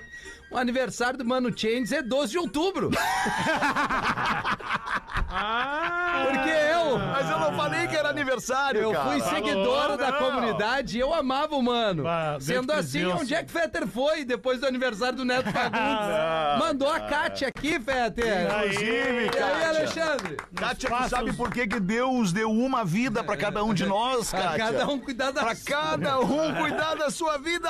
Speaker 4: O aniversário do Mano Chains é 12 de outubro. Porque eu,
Speaker 3: Mas eu não falei que era aniversário,
Speaker 4: Eu
Speaker 3: cara.
Speaker 4: fui seguidora da
Speaker 8: não.
Speaker 4: comunidade e eu amava o mano.
Speaker 8: Bah, Deus
Speaker 4: Sendo
Speaker 8: te
Speaker 4: assim,
Speaker 8: abençoe.
Speaker 4: onde é que Fetter foi depois do aniversário do Neto Fagundes? Mandou a Kátia aqui, Fetter.
Speaker 8: Inclusive,
Speaker 4: E aí, Alexandre?
Speaker 3: Kátia, tu
Speaker 8: passos-
Speaker 3: sabe por que, que Deus deu uma vida pra cada um de nós,
Speaker 4: Pra
Speaker 3: Kátia?
Speaker 4: cada um cuidar da
Speaker 3: Pra cada um cuidar da sua vida!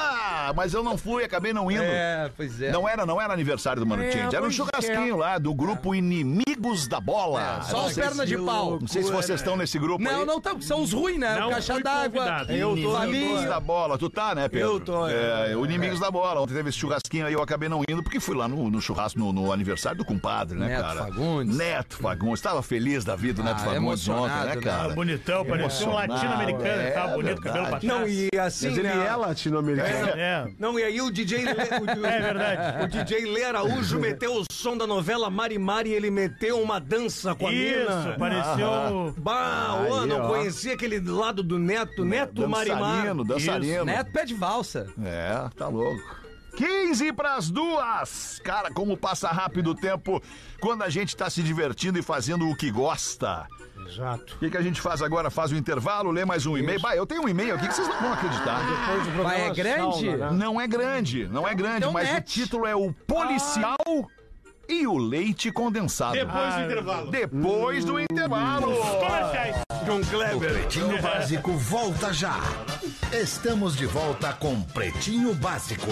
Speaker 3: Mas eu não fui, acabei não indo.
Speaker 4: É, pois é.
Speaker 3: Não era, não era aniversário do Mano Change, era um
Speaker 9: pois
Speaker 3: churrasquinho lá do grupo Inimigos da Bola.
Speaker 4: É, só
Speaker 3: Não
Speaker 4: os
Speaker 3: sei
Speaker 4: perna
Speaker 3: se-
Speaker 4: de pau. né?
Speaker 3: Não sei se vocês estão nesse grupo
Speaker 4: Não,
Speaker 3: aí.
Speaker 4: não tá, são os ruins, né?
Speaker 5: Não
Speaker 4: o caixa
Speaker 5: fui
Speaker 4: d'água.
Speaker 5: convidado.
Speaker 9: Eu tô,
Speaker 3: Inimigos
Speaker 9: eu
Speaker 3: da bola, tu tá, né, Pedro?
Speaker 9: Eu tô,
Speaker 3: É,
Speaker 9: é.
Speaker 3: o Inimigos da Bola. Ontem teve esse churrasquinho aí, eu acabei não indo, porque fui lá no, no churrasco, no, no aniversário do compadre, né,
Speaker 4: Neto
Speaker 3: cara?
Speaker 4: Fagundes. Ah,
Speaker 3: Neto Fagundes. Tava feliz da vida do Neto Fagundes ontem,
Speaker 4: emocionado,
Speaker 3: né,
Speaker 4: né?
Speaker 8: Ah,
Speaker 3: cara?
Speaker 8: bonitão, parecia um
Speaker 3: Emocionado,
Speaker 8: latino-americano.
Speaker 3: é,
Speaker 8: tava bonito,
Speaker 3: verdade.
Speaker 8: cabelo pra trás.
Speaker 9: Não, e assim,
Speaker 6: Mas ele
Speaker 9: né?
Speaker 6: é latino-americano.
Speaker 8: É.
Speaker 9: Não, e aí o DJ. Le- o,
Speaker 8: É verdade.
Speaker 9: O DJ Lê Araújo meteu o som da novela Mari Mari, ele meteu uma dança com a
Speaker 8: Isso,
Speaker 9: mina.
Speaker 8: parecia o...
Speaker 9: Bah, ô,
Speaker 6: Aí,
Speaker 9: não
Speaker 6: ó.
Speaker 9: conhecia aquele lado do Neto, Neto Marimar.
Speaker 3: É, Dançarino, dançarino.
Speaker 4: Neto pede valsa.
Speaker 3: É, tá louco. 15 pras duas! Cara, como passa rápido o tempo quando a gente tá se divertindo e fazendo o que gosta.
Speaker 9: Exato.
Speaker 3: O que, que a gente faz agora? Faz o intervalo, lê mais um e-mail. Bah, eu tenho um e-mail aqui que vocês não vão acreditar.
Speaker 4: Mas é grande?
Speaker 9: né?
Speaker 3: Não é grande, não é grande,
Speaker 4: Então
Speaker 3: mas o
Speaker 4: mete.
Speaker 3: título é o Policial e o Leite Condensado.
Speaker 5: Depois do intervalo.
Speaker 3: Depois do intervalo.
Speaker 8: Comerciais.
Speaker 9: John Kleber.
Speaker 1: Pretinho Básico volta já. Estamos de volta com Pretinho Básico.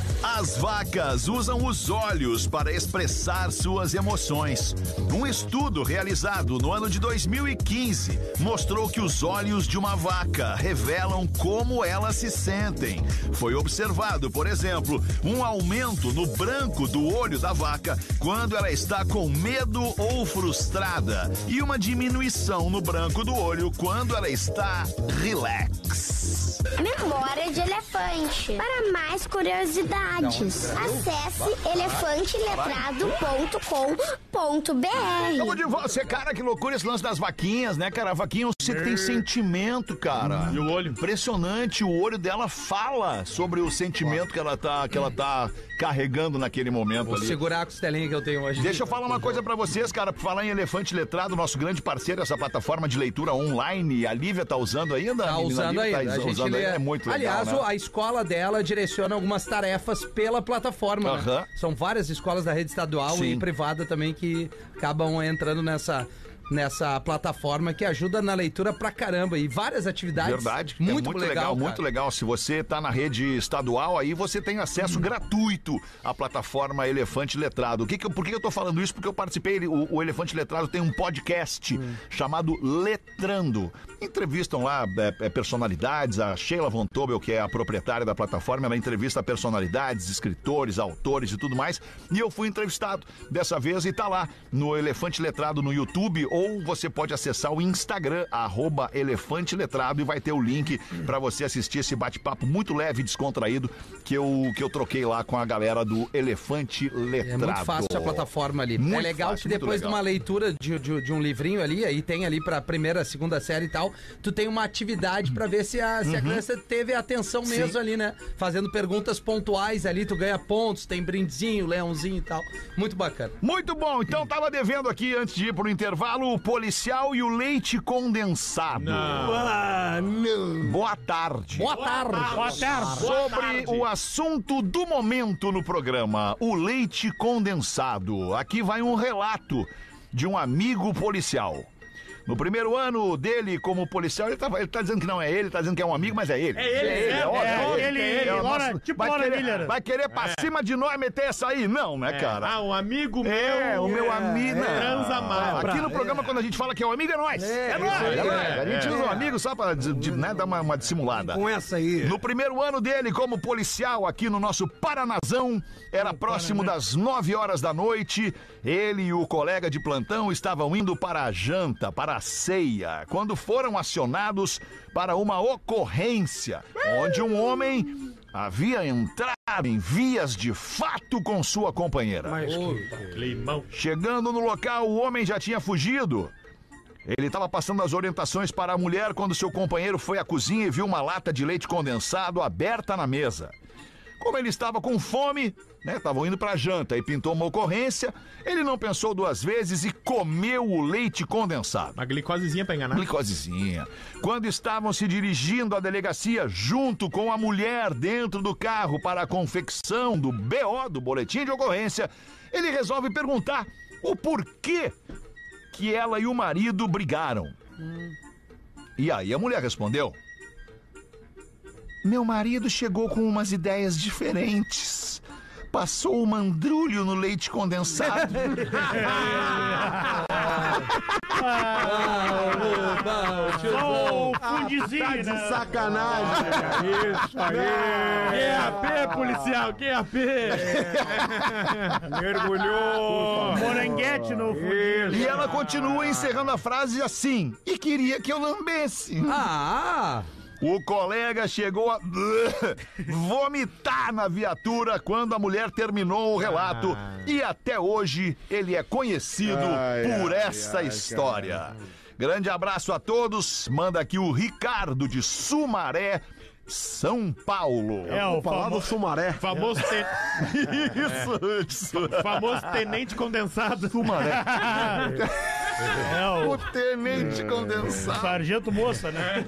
Speaker 3: As vacas usam os olhos para expressar suas emoções. Um estudo realizado no ano de 2015 mostrou que os olhos de uma vaca revelam como elas se sentem. Foi observado, por exemplo, um aumento no branco do olho da vaca quando ela está com medo ou frustrada e uma diminuição no branco do olho quando ela está relax.
Speaker 10: Memória de elefante. Para mais curiosidades, acesse
Speaker 3: Tamo
Speaker 10: elefanteletrado.com.br.
Speaker 3: de volta. Você, cara, que loucura esse lance das vaquinhas, né, cara? A vaquinha é um ser que tem sentimento, cara.
Speaker 4: Hum.
Speaker 5: E o olho?
Speaker 3: Impressionante, o olho dela fala sobre o sentimento que ela tá, que ela tá carregando naquele momento
Speaker 4: Vou
Speaker 3: ali.
Speaker 4: segurar a costelinha que eu tenho hoje.
Speaker 3: Deixa eu falar uma coisa pra vocês, cara. Por falar em Elefante Letrado, nosso grande parceiro, essa plataforma de leitura online, a Lívia tá usando ainda?
Speaker 4: Tá
Speaker 3: a menina
Speaker 4: usando
Speaker 3: Lívia
Speaker 4: ainda.
Speaker 3: Tá
Speaker 4: a gente
Speaker 3: usando
Speaker 4: lê.
Speaker 3: ainda. É muito legal,
Speaker 4: Aliás,
Speaker 3: né?
Speaker 4: a escola dela direciona algumas tarefas pela plataforma. né?
Speaker 3: Aham.
Speaker 4: São várias escolas da rede estadual
Speaker 3: Sim.
Speaker 4: e privada também que acabam entrando nessa. Nessa plataforma que ajuda na leitura pra caramba e várias atividades.
Speaker 3: Verdade.
Speaker 4: Muito,
Speaker 3: é muito legal,
Speaker 4: cara.
Speaker 3: muito legal. Se você tá na rede estadual, aí você tem acesso
Speaker 4: Uhum.
Speaker 3: gratuito à plataforma Elefante Letrado. O que que eu- por que eu tô falando isso? Porque eu participei, ele- o, o Elefante Letrado tem um podcast
Speaker 4: Hum.
Speaker 3: chamado Letrando. Entrevistam lá é, é, personalidades, a Sheila Von Tobel, que é a proprietária da plataforma, ela entrevista personalidades, escritores, autores e tudo mais. E eu fui entrevistado dessa vez e tá lá no Elefante Letrado no YouTube ou ou você pode acessar o Instagram, arroba Elefante Letrado, e vai ter o link pra você assistir esse bate-papo muito leve e descontraído que eu, que eu troquei lá com a galera do Elefante
Speaker 4: É
Speaker 3: Letrado.
Speaker 4: muito fácil a plataforma ali.
Speaker 3: Muito
Speaker 4: é legal
Speaker 3: fácil,
Speaker 4: que
Speaker 3: muito
Speaker 4: depois de
Speaker 3: legal.
Speaker 4: uma leitura de, de- de um livrinho ali, aí tem ali pra primeira, segunda série e tal, tu tem uma atividade pra ver se a, se a criança teve atenção mesmo ali, né? Fazendo perguntas pontuais ali, tu ganha pontos, tem brindezinho, leãozinho e tal. Muito bacana.
Speaker 3: Muito bom, então tava devendo aqui, antes de ir pro intervalo, o policial e o leite condensado. Boa tarde.
Speaker 4: Ah, Boa tarde.
Speaker 8: Boa tarde.
Speaker 3: Sobre o assunto do momento no programa, o leite condensado. Aqui vai um relato de um amigo policial. No primeiro ano dele como policial, ele tá, ele tá dizendo que não é ele, tá dizendo que é um amigo, mas é ele. É ele, é, ele, é, óbvio,
Speaker 8: é
Speaker 3: é
Speaker 8: ele, ele,
Speaker 3: o
Speaker 8: Laura,
Speaker 3: nosso-
Speaker 8: tipo
Speaker 3: vai
Speaker 8: Laura
Speaker 3: querer,
Speaker 8: Miller.
Speaker 3: Vai querer pra cima de nós meter essa aí? Não, né, cara?
Speaker 5: Ah, um amigo meu.
Speaker 3: É, o meu amigo. não.
Speaker 5: Transa mal.
Speaker 3: Aqui no programa, quando a gente fala que é um amigo, é nós. É, nós.
Speaker 5: aí,
Speaker 3: é nós.
Speaker 5: é,
Speaker 3: a gente
Speaker 5: é.
Speaker 3: usa um amigo só pra de- de- né, dar uma, uma dissimulada.
Speaker 9: Com essa aí.
Speaker 3: No primeiro ano dele como policial aqui no nosso Paranazão, era próximo das 9 horas da noite. Ele e o colega de plantão estavam indo para a janta, para a ceia, quando foram acionados para uma ocorrência onde um homem havia entrado em vias de fato com sua companheira.
Speaker 5: Limão.
Speaker 3: Chegando no local, o homem já tinha fugido. Ele estava passando as orientações para a mulher quando seu companheiro foi à cozinha e viu uma lata de leite condensado aberta na mesa. Como ele estava com fome, né, estavam indo para janta e pintou uma ocorrência, ele não pensou duas vezes e comeu o leite condensado.
Speaker 5: Uma glicosezinha pra enganar.
Speaker 3: Glicosezinha. Quando estavam se dirigindo à delegacia junto com a mulher dentro do carro para a confecção do BO, do boletim de ocorrência, ele resolve perguntar o porquê que ela e o marido brigaram. E aí a mulher respondeu: Meu marido chegou com umas ideias diferentes. Passou o mandrulho no leite condensado.
Speaker 8: Só o fundizinho,
Speaker 6: Tá de
Speaker 8: né?
Speaker 6: sacanagem.
Speaker 9: Isso aí. é
Speaker 5: QAP, policial, QAP!
Speaker 9: Mergulhou.
Speaker 8: Moranguete no fundizinho.
Speaker 3: e ela continua encerrando a frase assim: E queria que eu lambesse.
Speaker 4: Ah!
Speaker 3: O colega chegou a vomitar na viatura quando a mulher terminou o relato. E até hoje ele é conhecido
Speaker 6: Ai,
Speaker 3: por
Speaker 6: ai,
Speaker 3: essa
Speaker 6: ai,
Speaker 3: história. Grande abraço a todos. Manda aqui o Ricardo de Sumaré, São Paulo.
Speaker 8: É, o
Speaker 6: Palavra
Speaker 8: famoso.
Speaker 6: Sumaré.
Speaker 5: Famoso, te-
Speaker 3: Isso, isso.
Speaker 5: famoso tenente condensado.
Speaker 3: Sumaré.
Speaker 8: É,
Speaker 3: O
Speaker 8: o
Speaker 3: tenente condensado.
Speaker 8: sargento moça,
Speaker 3: É.
Speaker 8: né?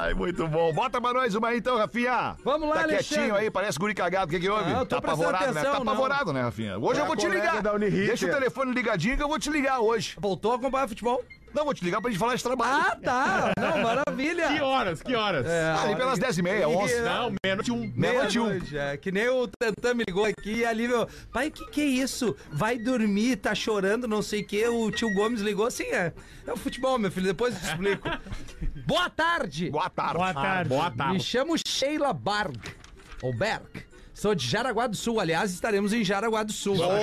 Speaker 3: Ai, muito bom. Bota pra nós uma aí então, Rafinha.
Speaker 4: Vamos lá,
Speaker 3: Tá quietinho
Speaker 4: Alexandre.
Speaker 3: aí, parece guri cagado. O que que houve?
Speaker 4: Não, eu tô
Speaker 3: tá
Speaker 4: prestando
Speaker 3: apavorado, né? Tá
Speaker 4: atenção, não.
Speaker 3: apavorado, né, Rafinha? Hoje
Speaker 6: É
Speaker 3: eu vou
Speaker 6: a
Speaker 3: te
Speaker 6: colega
Speaker 3: ligar.
Speaker 6: da Uniriter.
Speaker 3: Deixa o telefone ligadinho que eu vou te ligar hoje.
Speaker 4: Voltou a acompanhar futebol?
Speaker 3: Não, vou te ligar pra gente falar de trabalho.
Speaker 4: Ah, tá! Não, maravilha!
Speaker 5: Que horas, que horas?
Speaker 3: Ah, ali pelas 10h30,
Speaker 2: é
Speaker 3: 11
Speaker 9: é
Speaker 5: Não, menos de um.
Speaker 3: Meia-noite e um.
Speaker 4: Meia-noite, é. Que nem o Tantan me ligou aqui e ali, meu. Pai, que que é isso? Vai dormir, tá chorando, não sei o que. O tio Gomes ligou assim, é. É o futebol, meu filho, depois eu te explico. Boa tarde!
Speaker 3: Boa tarde.
Speaker 8: Boa tarde.
Speaker 5: Boa
Speaker 4: Me
Speaker 5: tarde.
Speaker 4: chamo Sheila Barg, ou Berg. Sou de Jaraguá do Sul, aliás, estaremos em Jaraguá do Sul.
Speaker 3: Boa,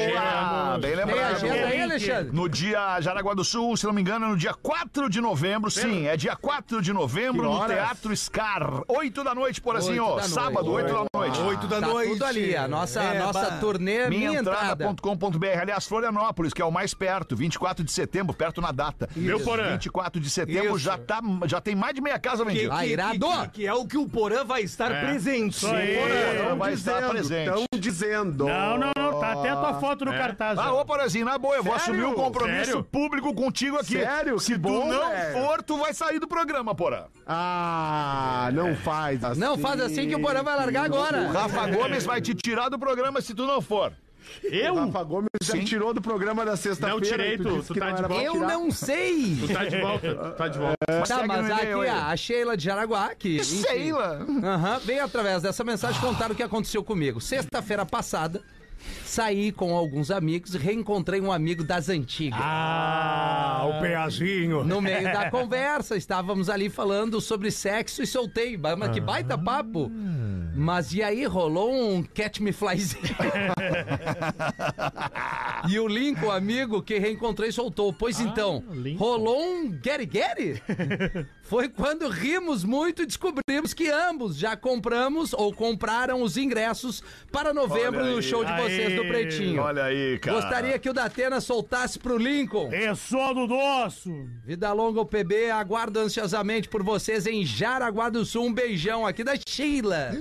Speaker 3: bem
Speaker 4: Tem agenda
Speaker 3: lembrado.
Speaker 4: aí, Alexandre?
Speaker 3: No dia Jaraguá do Sul, se não me engano, é no dia 4 de novembro. Sim, é dia 4 de novembro no Teatro Scar. 8 da noite, por assim,
Speaker 4: Oito
Speaker 3: ó.
Speaker 4: da noite.
Speaker 3: Sábado, 8 da noite.
Speaker 9: Oito da
Speaker 4: Tá
Speaker 9: noite.
Speaker 4: tudo ali, a nossa, a
Speaker 9: É,
Speaker 4: nossa
Speaker 9: bah.
Speaker 4: turnê, minha, entrada.
Speaker 3: Minhaentrada.com.br. Aliás, Florianópolis, que é o mais perto, 24 de setembro, perto na data.
Speaker 5: Meu porã.
Speaker 3: 24 de setembro
Speaker 9: Isso.
Speaker 3: já, tá, já tem mais de meia casa vendida.
Speaker 4: Ah, irado.
Speaker 9: Que, que é o que o Porã vai estar
Speaker 3: É.
Speaker 9: presente.
Speaker 8: Isso aí.
Speaker 3: Porã, vai estar tá presente.
Speaker 6: Estão dizendo.
Speaker 8: Não, não, não. Tá até a tua foto no cartaz.
Speaker 3: Ah,
Speaker 8: ó.
Speaker 3: ô, Porazinho, na boa, eu vou assumir um compromisso
Speaker 5: Sério?
Speaker 3: público contigo aqui.
Speaker 6: Sério?
Speaker 3: Se
Speaker 6: Que
Speaker 3: tu
Speaker 6: bom,
Speaker 3: não
Speaker 6: velho.
Speaker 3: for, tu vai sair do programa, Porã.
Speaker 6: Ah, não faz assim.
Speaker 4: É. Não, faz assim que o Porã vai largar agora.
Speaker 3: Rafa Gomes vai te tirar do programa se tu não for.
Speaker 5: Eu?
Speaker 6: Rafa Gomes já
Speaker 4: assim.
Speaker 6: me tirou do programa da sexta-feira.
Speaker 5: Não tirei,
Speaker 6: e
Speaker 5: tu-
Speaker 6: disse
Speaker 5: tu
Speaker 6: que
Speaker 5: tá de
Speaker 6: era pra
Speaker 5: volta.
Speaker 4: Eu
Speaker 6: tirar.
Speaker 4: não sei.
Speaker 5: Tu tá de volta, tu tá de volta.
Speaker 4: Tá,
Speaker 3: segue
Speaker 4: mas
Speaker 3: no
Speaker 4: aqui Tá.
Speaker 3: e-mail aí.
Speaker 4: a, a Sheila de Jaraguá, que. enfim,
Speaker 3: Sheila.
Speaker 4: aham, veio através dessa mensagem contar o que aconteceu comigo. Sexta-feira passada, saí com alguns amigos e reencontrei um amigo das antigas.
Speaker 9: Ah, o Peazinho.
Speaker 4: No meio da conversa, estávamos ali falando sobre sexo e soltei. Ba- Mas que baita papo! Mas e aí rolou um catch me flyzinho. E o Lincoln, amigo que reencontrei, soltou. Pois então,
Speaker 8: Lincoln.
Speaker 4: rolou um guerigueri? Foi quando rimos muito e descobrimos que ambos já compramos ou compraram os ingressos para novembro
Speaker 3: Olha
Speaker 4: no
Speaker 3: aí.
Speaker 4: show de vocês do
Speaker 8: Aê.
Speaker 4: Pretinho.
Speaker 3: Olha aí, cara.
Speaker 4: Gostaria que o Datena soltasse pro Lincoln.
Speaker 8: É só do nosso.
Speaker 4: Vida longa, o PB. Aguardo ansiosamente por vocês em Jaraguá do Sul. Um beijão aqui da Sheila.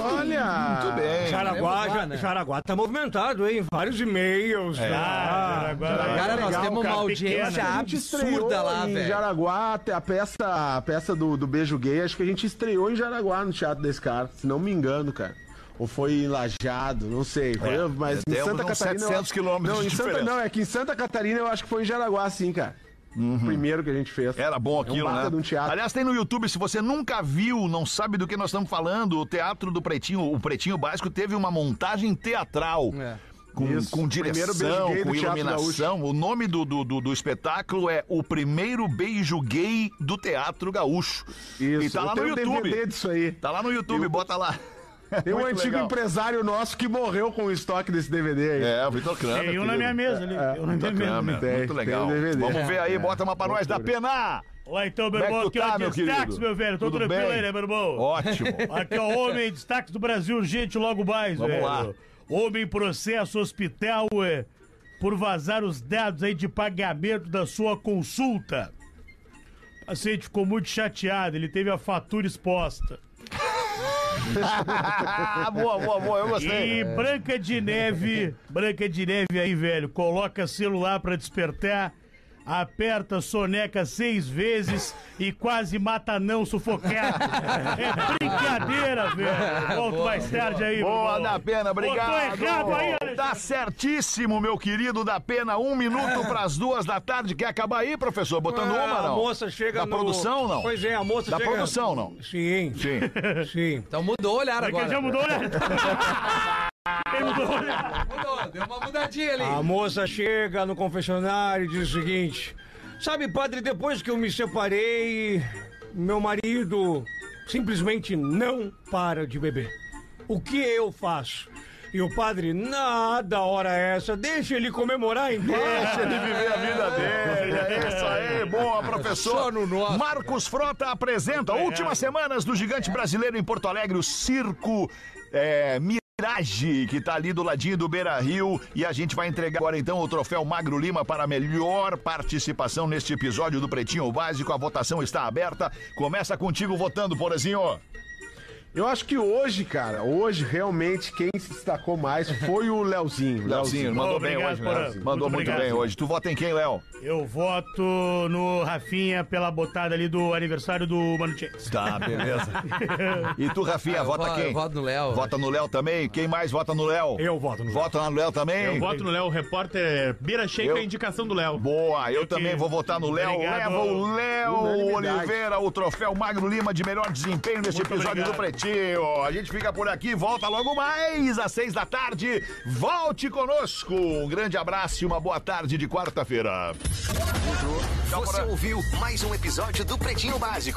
Speaker 6: Olha!
Speaker 3: Muito bem.
Speaker 9: Jaraguá,
Speaker 4: Lembra lá,
Speaker 9: Ja-
Speaker 4: né?
Speaker 9: Jaraguá tá movimentado, hein? Vários e-mails.
Speaker 3: É.
Speaker 8: Ah, agora-
Speaker 4: Cara, nós temos uma audiência
Speaker 6: A gente estreou
Speaker 4: absurda lá,
Speaker 6: em
Speaker 4: velho.
Speaker 6: Jaraguá, a peça, a peça do, do Beijo Gay, acho que a gente estreou em Jaraguá no teatro desse cara, se não me engano, cara. Ou foi em Lajado, não sei. Foi,
Speaker 3: É,
Speaker 6: mas em
Speaker 3: temos
Speaker 6: Santa
Speaker 3: uns
Speaker 6: Catarina. eu
Speaker 3: 700
Speaker 6: acho-
Speaker 3: quilômetros
Speaker 6: não,
Speaker 3: de
Speaker 6: em Santa,
Speaker 3: diferença.
Speaker 6: não, é que em Santa Catarina eu acho que foi em Jaraguá, sim, cara.
Speaker 3: Uhum.
Speaker 6: O primeiro que a gente fez.
Speaker 3: Era bom
Speaker 6: é
Speaker 3: aquilo,
Speaker 6: um baita
Speaker 3: né?
Speaker 6: de um teatro.
Speaker 3: Aliás, tem no YouTube, se você nunca viu, não sabe do que nós estamos falando, o Teatro do Pretinho, o Pretinho Básico teve uma montagem teatral.
Speaker 4: É.
Speaker 3: Com,
Speaker 6: Isso.
Speaker 3: com
Speaker 6: Primeiro beijo
Speaker 3: direção,
Speaker 6: gay do
Speaker 3: com
Speaker 6: Teatro
Speaker 3: iluminação. O nome do, do, do, do espetáculo é O Primeiro Beijo Gay do Teatro Gaúcho.
Speaker 6: Isso.
Speaker 3: E tá lá
Speaker 6: eu
Speaker 3: no
Speaker 6: tenho um DVD
Speaker 3: YouTube.
Speaker 6: disso aí.
Speaker 3: Tá lá no YouTube, bota lá.
Speaker 6: Tem um
Speaker 3: Muito
Speaker 6: antigo
Speaker 3: legal.
Speaker 6: empresário nosso que morreu com o estoque desse DVD aí.
Speaker 3: É, o Vitor Kramer.
Speaker 8: Tem um na
Speaker 3: querido.
Speaker 8: minha mesa ali.
Speaker 3: É.
Speaker 8: Eu na minha
Speaker 3: Vitor
Speaker 8: mesa. né?
Speaker 3: Kramer,
Speaker 6: Tem,
Speaker 3: muito
Speaker 6: tem
Speaker 3: legal.
Speaker 6: o DVD.
Speaker 3: Vamos ver
Speaker 6: É,
Speaker 3: aí, bota uma pra nós da Pena.
Speaker 8: Lá então,
Speaker 3: Como
Speaker 8: meu
Speaker 3: é que
Speaker 8: irmão,
Speaker 3: tu
Speaker 8: aqui,
Speaker 3: tá,
Speaker 8: ó,
Speaker 3: meu
Speaker 8: destaques,
Speaker 3: querido?
Speaker 8: meu velho. Tô
Speaker 3: Tudo
Speaker 8: tranquilo
Speaker 3: bem?
Speaker 8: aí, né, meu irmão?
Speaker 3: Ótimo.
Speaker 8: Aqui, ó, homem, destaques do Brasil, urgente, logo mais,
Speaker 3: Vamos
Speaker 8: velho.
Speaker 3: lá.
Speaker 8: Homem processo hospital é, por vazar os dados aí de pagamento da sua consulta. O paciente ficou muito chateado, ele teve a fatura exposta.
Speaker 3: Ah, boa, boa, boa, eu gostei.
Speaker 8: E Branca de Neve, Branca de Neve aí, velho, coloca celular pra despertar, aperta soneca seis vezes e quase mata não sufocado. É brincadeira, velho. Volto mais tarde aí,
Speaker 3: Boa,
Speaker 8: meu
Speaker 3: da
Speaker 8: irmão.
Speaker 3: pena, obrigado.
Speaker 8: Botou errado aí, Alexandre.
Speaker 3: Tá certíssimo, meu querido da pena. Um minuto pras duas da tarde. Quer acabar aí, professor? Botando
Speaker 9: É. Ah,
Speaker 3: uma, não?
Speaker 9: A moça chega
Speaker 3: Tá Da
Speaker 9: no...
Speaker 3: produção, não?
Speaker 9: Pois é, a moça
Speaker 3: Da
Speaker 9: chega...
Speaker 3: produção, não?
Speaker 9: Sim,
Speaker 3: Sim.
Speaker 9: sim.
Speaker 4: Então mudou o olhar
Speaker 8: É que
Speaker 4: agora.
Speaker 8: já mudou, né? Ele mudou, né?
Speaker 4: Mudou, deu uma mudadinha ali.
Speaker 9: A moça chega no confessionário e diz o seguinte: Sabe, padre, depois que eu me separei, meu marido simplesmente não para de beber. O que eu faço? E o padre, nada, hora essa, deixa ele comemorar então." em paz.
Speaker 3: Deixa ele viver a vida dele. É isso aí. Boa, professor.
Speaker 4: Só no nosso. É.
Speaker 3: Marcos Frota apresenta Últimas Semanas do Gigante Brasileiro em Porto Alegre, o Circo é, Mirage, que tá ali do ladinho do Beira Rio. E a gente vai entregar agora então o troféu Magro Lima para a melhor participação neste episódio do Pretinho Básico. A votação está aberta. Começa contigo votando, Porazinho.
Speaker 6: Eu acho que hoje, cara, hoje realmente quem se destacou mais foi o Leozinho.
Speaker 3: Leozinho, mandou bem
Speaker 8: Obrigado,
Speaker 3: hoje,
Speaker 8: Porã.
Speaker 3: né? Mandou
Speaker 8: Muito
Speaker 3: muito,
Speaker 8: obrigado.
Speaker 3: bem hoje. Tu vota em quem, Léo?
Speaker 8: Eu voto no Rafinha pela botada ali do aniversário do Mano Chase.
Speaker 3: Tá, beleza. Ah, E tu, Rafinha,
Speaker 4: Eu
Speaker 3: vota
Speaker 4: vo-
Speaker 3: quem?
Speaker 4: eu voto no Léo.
Speaker 3: Vota no Léo também? Quem mais vota no Léo?
Speaker 9: Eu voto no Léo.
Speaker 3: Vota lá no Léo também?
Speaker 5: Eu voto no Léo, o repórter Bira Sheik
Speaker 3: Eu-
Speaker 5: a indicação do Léo.
Speaker 3: Boa, eu também vou votar no Léo.
Speaker 8: Obrigado.
Speaker 3: Leva o Léo
Speaker 6: Unanimidade.
Speaker 3: Oliveira, o troféu Magro Lima de melhor desempenho neste
Speaker 8: Muito
Speaker 3: episódio do
Speaker 8: obrigado.
Speaker 3: Pretinho. A gente fica por aqui, volta logo mais às seis da tarde. Volte conosco. Um grande abraço e uma boa tarde de quarta-feira.
Speaker 1: Você ouviu mais um episódio do Pretinho Básico.